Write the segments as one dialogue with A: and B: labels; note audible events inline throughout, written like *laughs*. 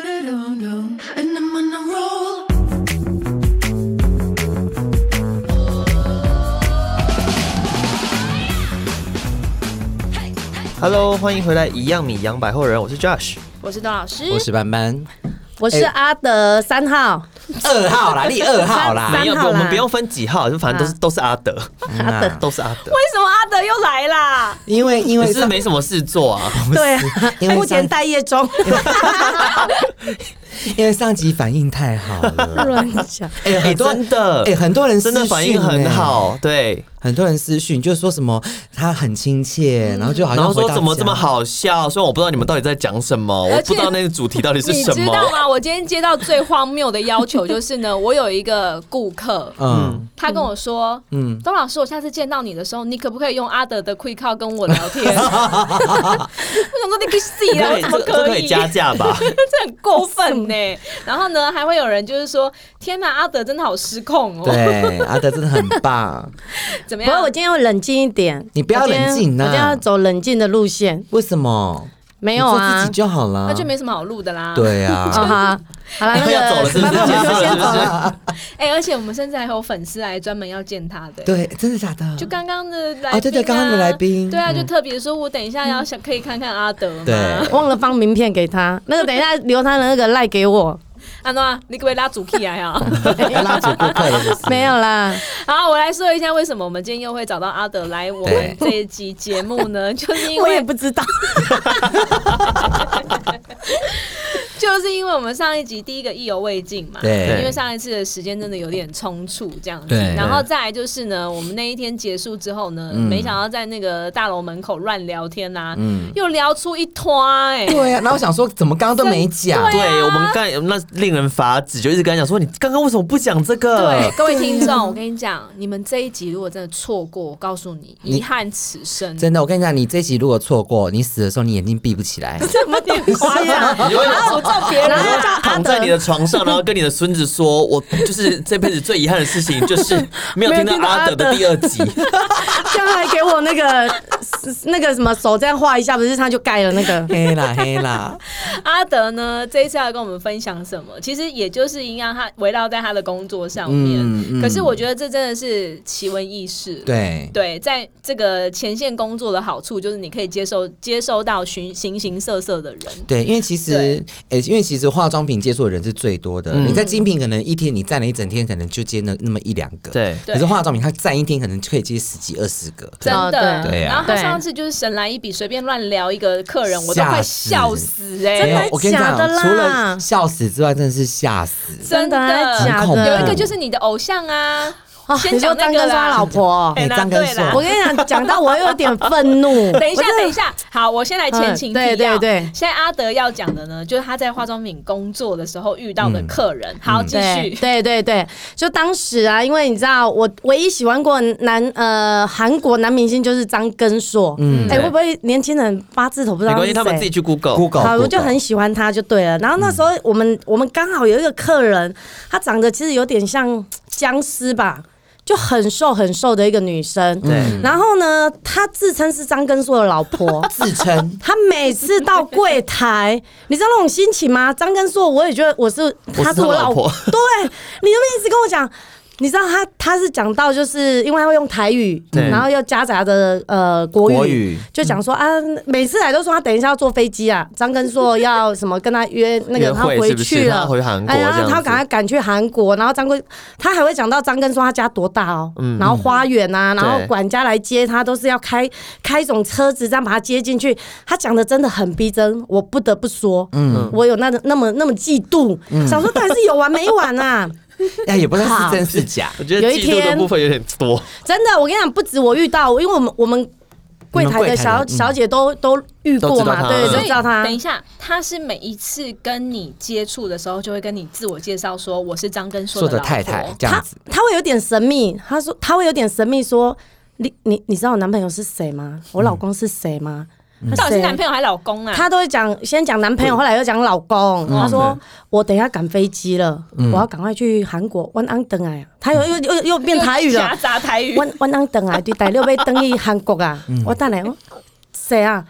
A: And I'm on a roll.
B: 哈喽，欢迎回来，一样米阳百货人，我是 Josh。
C: 我是段老师，
D: 我是哎班班，
C: 我是阿德三号，
D: *laughs* 二号啦，第二号
B: *laughs*
D: 啦
C: 三，
B: 没有，
C: 号啦
B: 我们不用分几号，就反正都是、
C: 啊
B: 都是阿德，
D: 嗯啊
B: *laughs* 都是阿德。
C: 为什么阿德又来啦？
D: 因为因
B: 你
D: 为
B: 是不是没什么事做啊？
C: 对啊
D: 因为，
C: 目前
D: 上
C: 待业
D: *laughs*
C: 中，
D: 因为上集反应太好了，
C: 乱讲。
D: 哎、
B: *laughs* 哎、
D: 很多
B: 真的，
D: 哎、很多人
B: 真的
D: 私讯
B: 反应很
D: 欸
B: 好，，对。
D: 很多人私讯就说什么他很亲切，然后就
B: 嗯
D: 好
B: 然
D: 像
B: 后
D: 回
B: 说
D: 到
B: 怎么
D: 家
B: 这么，好笑，虽然我不知道你们到底在讲什么，我
E: 而
B: 不
E: 且
B: 知道那个主题到底是
E: 你
B: 什
E: 知
B: 么。
E: 道吗？我今天接到最荒谬的要求就是呢，我有一个顾客，
D: 嗯
E: 他跟我说：“
D: 嗯，
E: 东老师，我下次见到你的时候，你可不可以用阿德的 Quick Call 跟我聊天？”我想说你个死啊，我
B: 对，这
E: 怎么
B: 个这可以
E: 以？
B: 加价吧？
E: 这很过分呢、然后呢，还会有人就是说：“天哪，阿德真的好失控哦，
D: 对，阿德真的很棒，
E: 怎么
C: 不过
E: 样
C: 我今天要冷静一点，
D: 你不要
C: 我今天
D: 冷静啊
C: 我今天要走冷静的路线。
D: 为什么？
C: 没有
D: 你做
C: 啊
D: 自己，就好了，
E: 那就没什么好录的啦。”
D: 对
C: 哦
D: 啊，
C: 好，好了，那个
B: 要走了
D: *laughs*
B: 是不是？
C: 那我们就先走了。
E: 哎、而且我们甚至还有粉丝来专门要见他的、
D: 对，真的假的？
E: 就刚刚的来宾、啊
D: 嗯哦对对刚刚的来宾
E: 对啊，
D: 嗯
E: 就特别说，我等一下要想可以看看阿德啊吗？
D: 对
C: 忘了放名片给他，那个等一下留他的那个赖给我，
E: 安诺，你可不可以拉主 key
D: *laughs*
E: 来啊？
D: 要拉主顾客了是不
C: *laughs*
D: 是，
C: 没有啦，
E: 好，我来说一下为什么我们今天又会找到阿德来我们这一集节目
D: *laughs*
E: 呢？就是因
C: 我也
E: 为
C: 不知 *laughs* 道，
E: 就是因为我们上一集第一个意犹未尽嘛，
D: 对
E: 因为上一次的时间真的有点冲促这样子，
D: 对
E: 然后再来就是呢，我们那一天结束之后呢，
D: 嗯
E: 没想到在那个大楼门口乱聊天啦、
D: 嗯，
E: 又聊出一拖哎、
D: 对啊，然后我想说怎么刚刚都没讲，
B: 对我们刚那令人发指，就一直跟他讲说，你刚刚为什么不讲这
E: 对
D: 呃
B: 个？
E: 各位听众，我跟你讲，你们这一集如果真的错过，我告诉你，
D: 你
E: 遗憾此生。
C: 嗯
D: 真的，我跟你讲，你这集如果错过，你死的时候你眼睛闭不起来。
C: 什么东西啊？ *laughs*
B: 你就会
C: 我做别人，然后叫阿
B: 躺在
C: *laughs*
B: 你
C: 德
B: 的床上，然后跟你的孙子说：“我就是这辈子最遗憾的事情，就是没
C: *laughs*
B: 有听到阿德的第二集。
C: 刚才给我
D: *laughs*
C: 那个那个什么手这样画一下，不是他就盖了那个。
D: *laughs* 黑啦黑啦，
C: *laughs*
E: 阿德呢，这一次要跟我们分享什么？其实也就是一样，他围绕在他的工作上面。
D: 嗯嗯
E: 可是我觉得这真的是奇闻异事。
D: 对
E: 对，在这个前线工作的好处就是你可以接受接收到形形形色色的人。
D: 对，因为其实，诶、因为其实化妆品接触的人是最多
C: 嗯
D: 的。你在精品可能一天你站了一整天，可能就接那那么一两个。
B: 对
D: 可是化妆品它站一天可能就可以接十几二十个。
E: 真的，
C: 哦
D: 对对啊
E: 然后他
C: 对
E: 上次就是神来一笔，随便乱聊一个客人，我都快笑死
D: 没
E: 哎、
C: 真
D: 有
C: 的，
D: 我跟你
C: 假
D: 讲
C: 的，啦
D: 除了笑死之外，真的是吓死。
E: 真
C: 真的还是
E: 的。
C: 假
D: 很恐怖
C: 的？
E: 有一个就是你的偶像啊，
C: 哦
E: 先
C: 嗯你说
E: 讲那
C: 张
E: 个
C: 哥
E: 啦
C: 说他老婆
E: *laughs*
C: 哦，
D: 哎
E: 啦
D: 张根
E: 对啦
D: 硕
C: 我跟你讲，讲到我又有点愤怒。
E: 等一
C: 我
E: 下
C: 真，的
E: 等一下，好，我先来前情提要。
C: 嗯对对对
E: 现在阿德要讲的呢，就是他在化妆品工作的时候遇到的客人。
C: 嗯
E: 好，继
C: 对
E: 续。
C: 对对对，就当时啊，因为你知道，我唯一喜欢过的男呃韩国男明星就是张根硕，嗯，哎、
B: 对
C: 会不会年轻人八字头不知
B: 没
C: 道
B: 关
C: 是
B: 系，他
C: 谁？
B: 们自己嗯去 Google。
D: Google，
C: 好，我
D: Google
C: 就很喜欢他就对了。然后那时候我们、我们刚好有一个客人，她长得其实有点像僵尸吧，就很瘦很瘦的一个女生。
B: 对
C: 然后呢，她自称是张根硕的老婆，。
D: *laughs* 自称
C: 他每次到柜台， *laughs* 你知道那种心情吗？张根硕，我也觉得我是，
B: 是
C: 他是我
B: 他老
C: 老
B: 婆
C: *laughs* 对，你那边一直跟我讲。你知道他他是讲到就是因为他会用台语，
B: 对
C: 然后又夹杂着呃国语，
D: 国语
C: 就讲说啊，每次来都说他等一下要坐飞机啊，张根硕要什么跟他约那
B: 约
C: 个他
B: 会
C: 回
B: 是不是
C: 去了，
B: 他回韩国
C: 哎呀
B: 这样子
C: 他赶快赶去韩国，然后张根他还会讲到张根说他家多大哦，然后花园啊，然后
B: 对
C: 管家来接他都是要开开一种车子这样把他接进去，他讲的真的很逼真，我不得不说，嗯，我有那那么那么嫉妒，想说到底是有完没完啊。
D: 哎，也不知道
C: 好
D: 是真是假。
B: 我觉得
C: 有一
B: 嫉妒的
C: 天
B: 部分有点多，
C: 真的，我跟你讲，不止我遇到，因为我们我们柜台的小
D: 你们柜台的嗯
C: 小姐都都遇
B: 都
C: 过
B: 知道
C: 嘛，
B: 她
C: 对，
B: 嗯
C: 都
E: 所
C: 知
E: 以
C: 道她。
E: 等一下，他是每一次跟你接触的时候，就会跟你自我介绍说我是张根硕
D: 说
E: 的
D: 的
E: 老婆
D: 太太这样子，
C: 他他会有点神秘，他说他会有点神秘说，你你你知道我男朋友是谁吗？我老公是谁吗？他
E: 到底是
C: 谁
E: 男朋友还是老公
C: 嗯
E: 啊？
C: 他都会讲，先讲男朋
D: 嗯
C: 友，后来又讲老公。他说：“我等一下赶飞机了，
D: 嗯
C: 我要赶快去韩国晚安等哎。”他又又又又变台语
E: 又
C: 了
E: 夹，杂台
B: 嗯
E: 语。
C: 哦阮阮翁等来对大陆要等去韩国啊，我等来，我谁啊？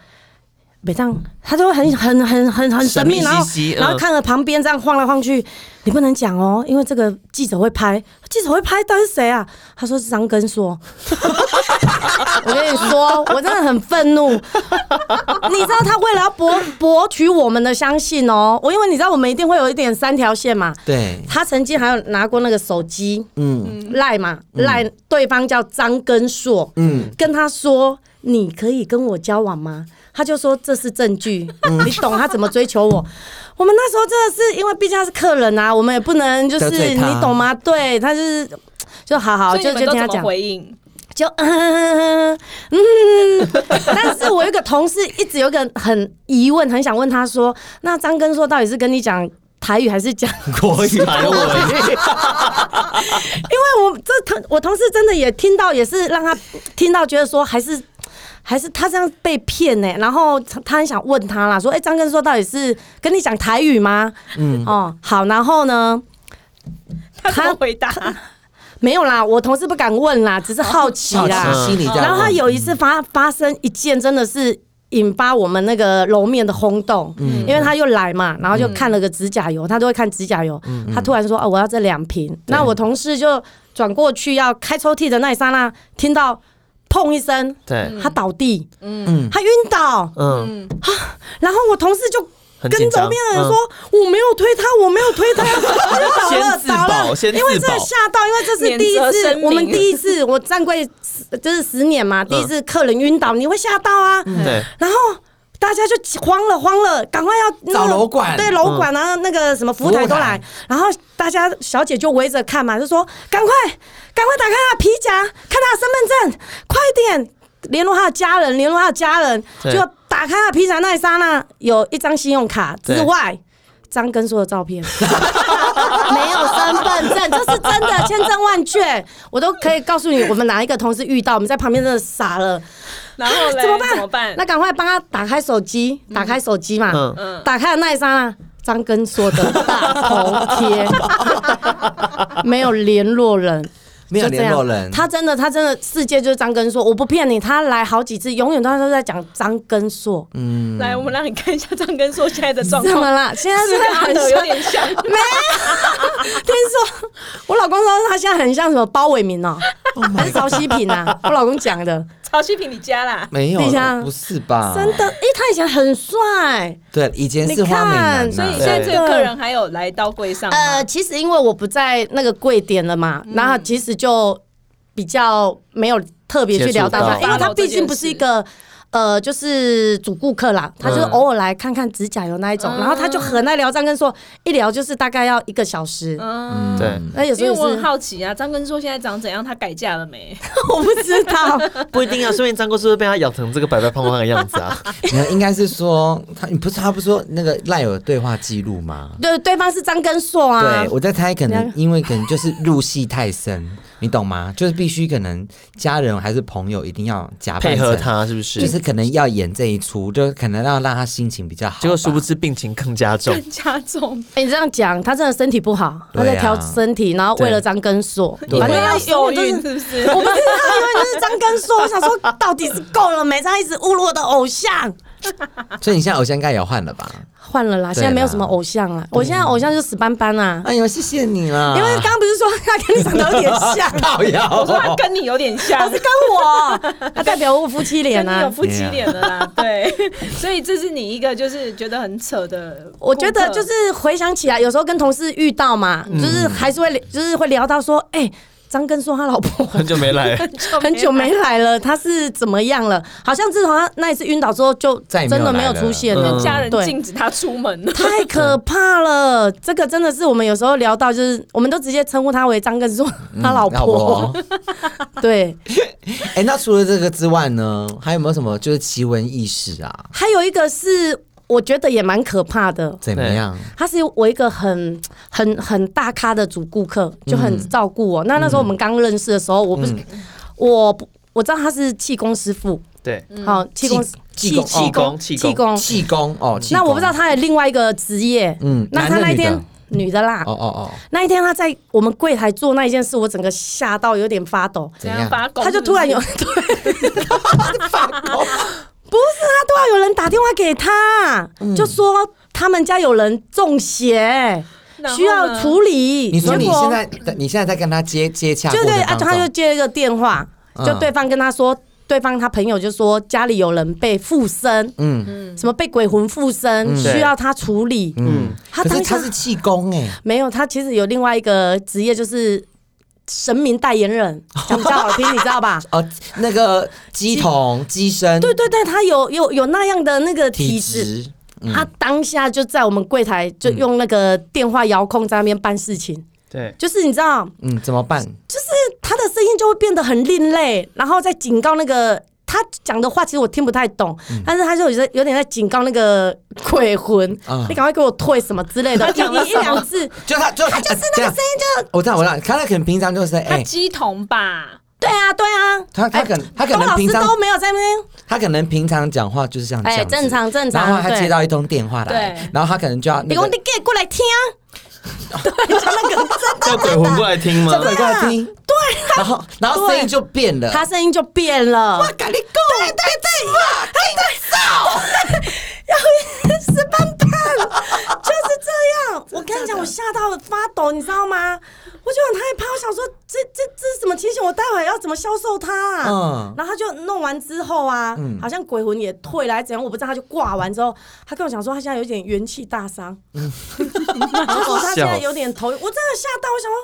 C: 每当他就会很很很很很神秘，
B: 神秘
C: 然后
B: 兮兮嗯
C: 然后看着旁边这样晃来晃去，你不能讲哦，因为这个记者会拍，记者会拍，但是谁啊？他说是张根硕。 *laughs* 我跟你说，我真的很愤怒。你知道他为了要博博取我们的相信哦，我因为你知道我们一定会有一点三条线嘛。
D: 对，
C: 他曾经还有拿过那个手机
D: 嗯
C: 赖嘛赖，对方叫张根硕，
D: 嗯，
C: 跟他说你可以跟我交往吗？他就说这是证据，
D: 嗯
C: *laughs* 你懂他怎么追求我。我们那时候真的是因为毕竟他是客人啊，我们也不能就
D: 得
C: 是
D: 罪他
C: 你懂吗？对他就是就好好
E: 所以
C: 就
E: 你
C: 就
E: 们都
C: 听他
E: 怎么
C: 讲，
E: 回应？
C: 就 *laughs* 嗯嗯。但是我有一个同事一直有一个很疑问，很想问他说，那张根硕到底是跟你讲台语还是讲
B: 国语韩 *laughs* 文，
C: 因为我这同我同事真的也听到，也是让他听到，觉得说还是还是他这样被骗呢、欸然后他他很想问他啦，说：“哎、张根硕到底是跟你讲台语吗？”嗯，哦，好，然后呢，
E: 他怎么
C: 他
E: 回答？
C: 没有啦，我同事不敢问啦，只是好奇
D: 好
C: 啦。
D: 奇心里这样。
C: 然后他有一次发发生一件真的是引发我们那个楼面的轰动，因为他又来嘛，然后就看了个指甲油，他都会看指甲油，他突然说：“哦，我要这两瓶。”那我同事就转过去要开抽屉的那一刹那，听到砰一声，
B: 对，
C: 他倒地，
D: 嗯
C: 他晕倒，
B: 嗯，
C: 然后我同事就。
B: 很
C: 跟
B: 紧
C: 楼
B: 张嗯
C: 面的人说、我没有推他，我没有推他，他就倒了，
B: *laughs* 先自
C: 倒了
B: 保，先自
C: 因为真的
B: 保
C: 吓到，因为这是第一
E: 免责声
C: 次，
E: 明
C: 我们第一次，我站柜十就是十年嘛，第一次客人晕倒，你会吓到啊，
B: 嗯，对，
C: 然后。大家就慌了，慌了，赶快要、那个
D: 找楼管
C: 对楼管，然后那个什么服务台都来，然后大家小姐就围着看嘛，就说赶快，赶快打开他的皮夹，看他的身份证，快点联络他的家人，联络他的家人，
B: 对
C: 就打开他的皮夹那一刹那，有一张信用卡之
B: 对
C: 外。张根硕的照片， *laughs* 没有身份证，这是真的，千真万确，我都可以告诉你，我们哪一个同事遇到，我们在旁边真的傻了。
E: 然后嘞
C: 怎么办？
E: 怎么办？
C: 那赶快帮他打开手机，打开手机嘛，
B: 嗯
E: 嗯
C: 打开的那一刹那，张根硕的大头贴， *laughs* 没有联络人。
D: 没有
C: 就这样
D: 联络人，
C: 他真的，他真的，世界就是张根硕，我不骗你，他来好几次，永远都都在讲张根硕，
D: 嗯
E: 来，我们让你看一下张根硕现在的状
C: 怎么
E: 况，
C: 啦？现在
E: *laughs* 是
C: 是
E: 跟阿
C: 很
E: 德有
C: 像，
E: 点像。
C: 听说我老公说他现在很像什么包伟民哦、
D: Oh
C: 还是曹希平啊？我老公讲的，
E: 曹希平，你加啦，
D: 没有
C: 等一下，
D: 不是吧？
C: 真的，诶，他以前很帅。
D: 对，以前是花美男啊
C: 你看
E: 所
D: 呐
E: 以现，在这个客人还有来到柜上吗嗯
C: 呃，其实因为我不在那个柜点了嘛，然后其实就比较没有特别去聊到
B: 接
C: 他，
B: 触到
C: 因为他毕竟不是一个。呃，就是主顾客啦，他就
D: 嗯
C: 是偶尔来看看指甲油那一种，
E: 嗯
C: 然后他就很爱聊张根硕，一聊就是大概要一个小时，
E: 嗯，
B: 对，
C: 那有时
E: 因
C: 候
E: 为
C: 也
E: 我
C: 是
E: 很好奇啊，张根硕现在长怎样？他改嫁了没？
C: *laughs* 我不知道，
E: *laughs*
B: 不一定啊，说明张国是被他咬成这个白白胖胖的样子 *laughs* 啊，
D: 没有应该是说他，你不是他不是说那个赖有对话记录吗？
C: 对，对方是张根硕啊
D: 对，，我在猜，可能
C: 两
D: 因为可能就是入戏太深， *laughs* 你懂吗？就是必须可能家人还是朋友一定要加班
B: 配合
D: 成，
B: 他是不是？
D: 就是可能要演这一出，就是可能要让他心情比较好吧。
B: 结果殊不知病情更加重，*laughs*
E: *laughs* 更加重，
C: 诶哎你这样讲，他真的身体不好，他在
D: 对啊
C: 调身体，然后为了张根硕，
D: 对
C: 反正
E: 要
C: 他
E: 有
C: 永远
E: 孕
C: 啊都是
E: 是不是？
C: *laughs* 我不知道，因为就是张根硕，我想说到底是够了没？他一直侮辱我的偶像。
D: 所以你现在偶像应该也换了吧？
C: 换了啦，
D: 对啦
C: 现在没有什么偶像啦，我现在偶像就是史斑斑啊，
D: 哎呦，谢谢你啦！
C: 因为刚刚不是说他跟你长得有点 *laughs* 像，
D: 讨厌，
E: 我说他跟你有点像，
C: 跟我， *laughs* 他代表我夫妻脸
E: 跟你有
C: 啊。
E: 夫妻脸
C: *laughs*
E: 了啦，对， *laughs* 所以这是你一个就是觉得很扯的，
C: *laughs* 我觉得就。是回想起来，有时候跟同事遇到嘛，就是还是会就是会聊到说，哎，张根硕他老 *laughs* 婆
B: 很久没来，
C: 很久没来了，他是怎么样了？好像自从他那一次晕倒之后，就
D: 再也
C: 真
D: 没有
C: 的没有
D: 来了
C: 出现了
B: 嗯。
E: 家人
C: 对
E: 禁止他出门 *laughs* 了，
C: 太可怕了！这个真的是我们有时候聊到，就是我们都直接称呼他为张根硕，他老
D: 嗯老
C: 婆。
D: 婆。
C: *laughs* 对，
D: 哎，那除了这个之外呢，还有没有什么就是奇闻异事啊？
C: 还有一个是我觉得也蛮可怕的，
D: 怎么样？
C: 他是我一个很很很大咖的主顾客，就很照顾
D: 嗯
C: 我。那那时候我们刚认识的时候，我不是、我不我知道他是气功师傅，
B: 对，
C: 好、气功
D: 嗯气哦气
B: 气功气
C: 气气
B: 功
C: 功。
D: 气功哦，气
C: 那我
D: 功
C: 不知道。他有另外一个职业，
D: 嗯
C: 那他那一
D: 男的女的
C: 天女的啦，
D: 哦哦哦，
C: 那一天他在我们柜台做那一件事，我整个吓到有点发抖。
D: *laughs*
C: *laughs*
D: 怎
E: 怎
D: 样
E: 样发狗？
C: 他就突然有，对，不是啊，都要有人打电话给他，
D: 嗯
C: 就说他们家有人中邪
E: 然后呢，
C: 需要处理。
D: 你说你
C: 结果
D: 现在你现在在跟他接接洽
C: 就
D: 过
C: 对
D: 程
C: 啊，
D: 当
C: 他就
D: 中，
C: 接了一个电话，
D: 嗯
C: 就对方跟他说，对方他朋友就说家里有人被附身，
D: 嗯
C: 什么被鬼魂附身，需要他处理。
D: 嗯，
C: 他
D: 可
C: 当
D: 是
C: 下
D: 他是气功哎，
C: 没有，他其实有另外一个职业，就是神明代言人，讲比较好
D: *laughs*
C: 听，你知道吧？
D: 哦，那个鸡桶鸡身，
C: 对对对，他有有有那样的那个体
D: 嗯体
C: 质。
D: 质，嗯
C: 他当下就在我们柜台，就用那个电话遥控在那边办事情，
B: 对，
C: 就是你知道，
D: 嗯，怎么办？
C: 他的声音就会变得很另类，然后再警告那个他讲的话，其实我听不太懂，
D: 嗯
C: 但是他就有在有点在警告那个鬼魂，
D: 啊
C: 你赶快给我退什么之类的，
E: 他讲了
C: 一一一两次，
D: 就他就他就是那个声音就，我知道我知道，他可能平常就是
E: 他
D: 哎，
E: 鸡同吧？
C: 对啊对啊，
D: 他他可能他可
C: 都
D: 能
C: 老
D: 平
C: 师
D: 常
C: 都没有在那边，
D: 他可能平常讲话就是这样，
C: 哎，正。常正
D: 然后
C: 常，
D: 他接
C: 对，
D: 到一通电话来
E: 对，
D: 然后他可能就要
C: 你
D: 那
C: 给我
D: 个
C: 你给过来听啊，
B: 叫鬼魂过来听吗？
D: 转过来听，对，然后然后声音就变了，
C: 啊他声音就变了，
D: 跟你讲，对
C: 死板板，就是这样。我跟你讲，我吓到发抖，你知道吗？我就很害怕，我想说这这这是什么情形？我待会要怎么销售它、啊？
D: 嗯
C: 然后他就弄完之后啊，好像鬼魂也退来怎样，我不知道。他就挂完之后，他跟我讲说他现在有点元气大伤，他说他现在有点头，我真的吓到，我想说。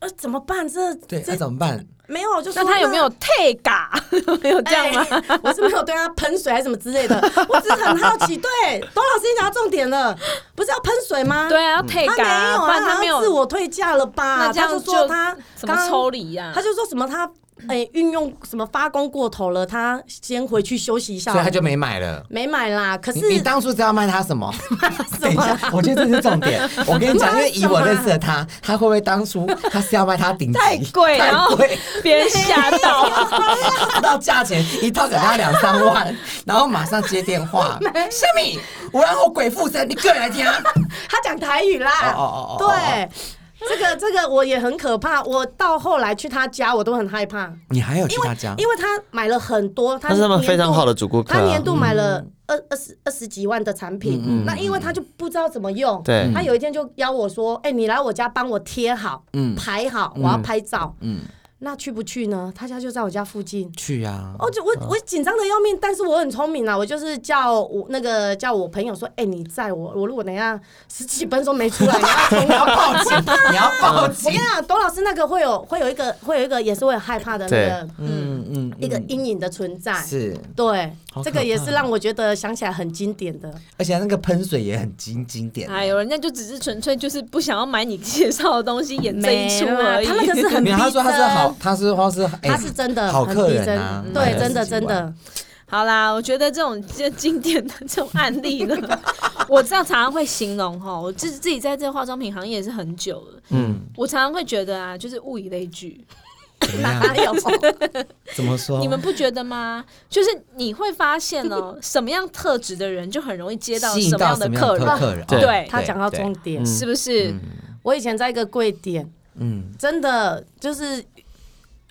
C: 呃，怎么办？这
D: 对，那
C: 这
D: 怎么办？
C: 没有，我就说
E: 那他有没有退嘎？ *laughs* 有这样吗？
C: 哎我是没有对他喷水还是什么之类的，我只是很好奇。对，董老师你讲到重点了，不是要喷水吗？
E: 对啊，要退
C: 他没有
E: 嘎，
C: 啊，
E: 不然他
C: 好
E: 没
C: 像
E: 有
C: 自我退价了吧？
E: 那这样
C: 他就说他
E: 怎么
C: 刚
E: 抽离啊呀
C: 他就说什么他哎运用什么发功过头了，他先回去休息一下。
D: 所以他就没买了。
C: 没买啦，可是
D: 你你当初知道卖他什
C: *laughs*
D: 么？
C: 什么啦？
D: 我觉得这是重点。我跟你讲，因为以我认识
C: *laughs*
D: 的他，他会不会当初他是要卖他顶级？
E: 太贵，然后
D: 太贵 *laughs*
E: *laughs* 别人吓到。啊
D: 知道价钱，一套给他两
C: *laughs*
D: 三万，然后马上接电话，
E: 哎
D: 虾米，我让我鬼附身，你个人来听
C: *laughs*
D: 啊。
C: 他讲台语啦。
D: 哦哦哦哦
C: 对，这个这个我也很可怕。我到后来去他家，我都很害怕。
D: 你还有去
C: 因为
D: 他家？
C: 因为他买了很多，他
B: 他是他们
C: 年度
B: 非常好的主顾客啊
C: 他年度买了二二十二十几万的产品，那因为他就不知道怎么用，
B: 嗯对
C: 他有一天就邀我说：“哎，你来我家帮我贴好，
B: 嗯
C: 排好，我要拍照。”那去不去呢？他家就在我家附近。
B: 嗯
D: 去啊，
C: 哦，就我我紧张的要命，但是我很聪明啊，我就是叫我那个叫我朋友说，哎、你载我，我如果等一下十几分钟没出
B: *laughs*
C: 来，你要冲
D: 你要
C: 我。
D: 报警， *laughs* 你要报
C: 我跟
D: 警
C: 你。讲，董老师那个会有会有一个会有一个也是会有害怕的那个
D: 嗯嗯，
C: 一个阴影的存在，
D: 是，
C: 对
D: 好，
C: 这
D: 可
C: 个也
D: 怕哦
C: 是让我觉得想起来很经典的。
D: 而且那个喷水也很经经典。
E: 哎呦，人家就只是纯粹就是不想要买你介绍的东西，演这一出
C: 啦
E: 而已。
C: 啊他那个是很
D: 没
C: 逼真，
D: 有，他说他是好，他是他是哎
C: 他是真的
D: 好
C: 很
D: 客
C: 逼
D: 人
C: 真
D: 啊，买
C: 对，
D: 了
C: 真的
D: 十几
C: 真
D: 万
C: 的。
E: *laughs* 好啦，我觉得这种这经典的这种案例呢，我这样常常会形容哈，我自自己在这化妆品行业也是很久了，嗯，我常常会觉得啊，就是物以类聚，
D: 怎么样？
E: *laughs*
C: 哪有？
D: *laughs* 怎么说？
E: 你们不觉得吗？就是你会发现哦，
C: *laughs*
E: 什么样特质的人就很容易接到
D: 吸
E: 什
D: 引
E: 么
D: 到
E: 样的
D: 什么
E: 客
D: 样的嗯
E: 人，
D: 客人？
B: 对
D: 哦
C: 他讲到重，
D: 对
C: 点，
E: 是不是？
C: 我以前在一个柜点，
D: 嗯，
C: 真的就是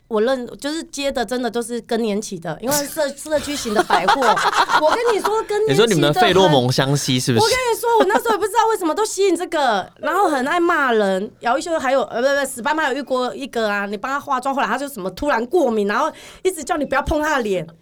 C: 我认，就是接的真的都是更年期的，因为社 *laughs* 社区型的百货。我跟你说，更年期
B: 你说你们的费洛蒙相吸是不是
C: 很。我跟？你说，我那时候也不知道为什么都吸引这个， *laughs* 然后很爱骂人。姚一修还有呃，不不，史班曼有遇过一个啊，你帮他化妆，后来他就什么突然过敏，然后一直叫你不要碰他的脸，
D: 哦，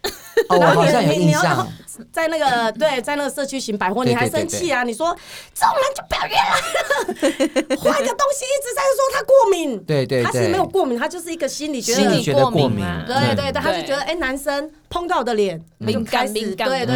D: 我
C: 然后
D: 好
C: 你
D: 像有
C: 你你
D: 印
C: 要
D: 象。
C: 在那个对，在那个社区型百货，
D: 对
C: 你
D: 对
C: 还生气啊？你说这种人就不要约
D: *laughs*
C: 了，换一个东西一直在说他过敏，
D: 对对对
C: 他其实没有过敏，他就是一个心理觉
D: 心
C: 得
D: 里。觉得过敏
E: 啊
C: 对对对，
D: 嗯
C: 他就觉得
E: 对
C: 哎，男生碰到我的脸
E: 敏感
C: 就开始
E: 敏感
C: 对对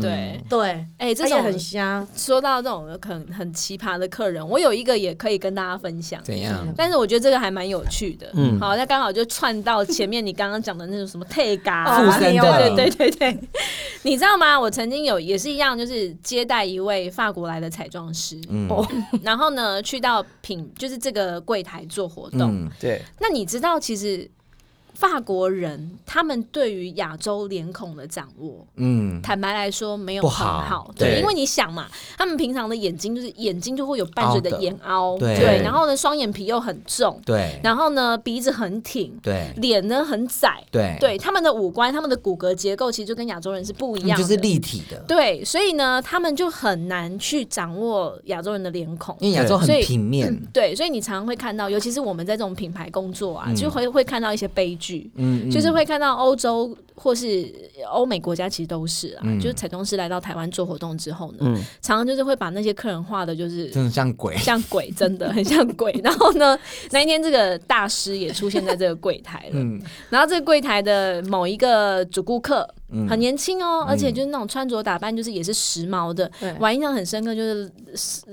C: 对
E: 对。
C: 对，
E: 哎这
C: 他也
E: 种
C: 很香，
E: 说到这种很很奇葩的客人，我有一个也可以跟大家分享。
D: 怎样？
E: 但是我觉得这个还蛮有趣的，嗯，好，那刚好就串到前面你刚刚讲的那种什么退嘎、
D: 附身的
E: 对对对对对，你知道吗？我曾经有也是一样，就是接待一位法国来的彩妆师，
D: 嗯
E: 哦，然后呢去到品就是这个柜台做活动，
D: 嗯，
B: 对，
E: 那你知道其实法国人他们对于亚洲脸孔的掌握，
D: 嗯，
E: 坦白来说没有
D: 不
E: 很
D: 好对
E: 对，因为你想嘛，他们平常的眼睛就是眼睛就会有伴随
D: 凹的
E: 的眼凹，
D: 对
E: 对，然后呢双眼皮又很重，
D: 对
E: 然后呢鼻子很挺，
D: 对
E: 脸呢很窄，
D: 对
E: 对，他们的五官、他们的骨骼结构其实就跟亚洲人是不一
D: 嗯
E: 样的，
D: 就是立体的，
E: 对，所以呢，他们就很难去掌握亚洲人的脸孔。
D: 因为亚洲很
E: 所以嗯
D: 平面，
E: 对，所以你常常会看到，尤其是我们在这种品牌工作啊，就会会看到一些悲剧，
D: 嗯嗯，嗯
E: 就是会看到欧洲或是欧美国家其实都是啊，
D: 嗯
E: 就是彩妆师来到台湾做活动之后呢，
B: 嗯
E: 常常就是会把那些客人画的，就是
D: 真的像鬼，
E: 像鬼，真的很像鬼。然后呢，那一天这个大师也出现在这个柜台了，
D: 嗯
E: 然后这个柜台的某一个主顾客
D: 嗯
E: 很年轻哦，而且就是那种穿着打扮就是也是时髦的。我还印象很深刻，就是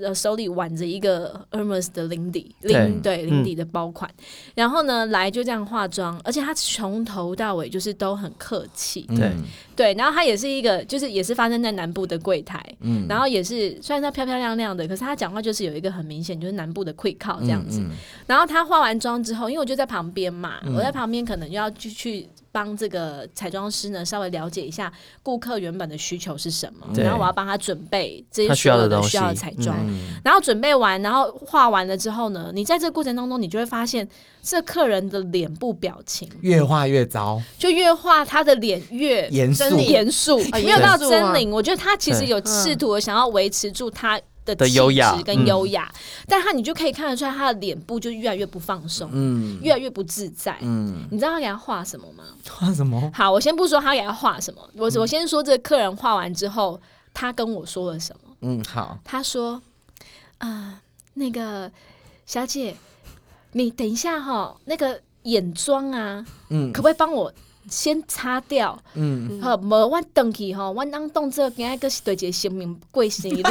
E: 呃手里挽着一个 Hermes 的领底，领对领底的包款。然后呢，来就这样化妆，而且他从头到尾就是都很客气。
B: 对
D: 嗯
E: 对，然后他也是一个，就是也是发生在南部的柜台，
D: 嗯
E: 然后也是虽然他漂漂亮亮的，可是他讲话就是有一个很明显就是南部的溃靠这样子。
D: 嗯
E: 然后他化完妆之后，因为我就在旁边嘛，
B: 嗯
E: 我在旁边可能就要去去帮这个彩妆师呢稍微了解一下顾客原本的需求是什么，
B: 对
E: 然后我要帮他准备这些
B: 他需要
E: 所有
B: 的
E: 的
B: 东
E: 需要的
B: 西嗯
E: 彩妆。然后准备完，然后画完了之后呢，你在这个过程当中，你就会发现这客人的脸部表情，
D: 越画越糟，
E: 就越画他的脸越
D: 严肃
E: 狰狞严肃，
C: 啊
E: 没有到
C: 严
E: 狰
C: 肃啊
E: 狞。我觉得他其实有试图地想要维持住他的
B: 的
E: 气
B: 优雅嗯
E: 质跟优雅，但他你就可以看得出来，他的脸部就越来越不放松，
D: 嗯
E: 越来越不自在。
D: 嗯，
E: 你知道他给他画什么吗？
D: 画什么？
E: 好，我先不说他给他画什么，
B: 嗯
E: 我我先说这个客人画完之后，他跟我说了什么。
D: 嗯，好，
E: 他说：“啊、那个小姐，你等一下哈、那个眼妆啊，
D: 嗯
E: 可不可以帮我先擦掉？
D: 嗯，
E: 好，无我回去吼，我当动作今仔个是对一个生命过生日。 *laughs*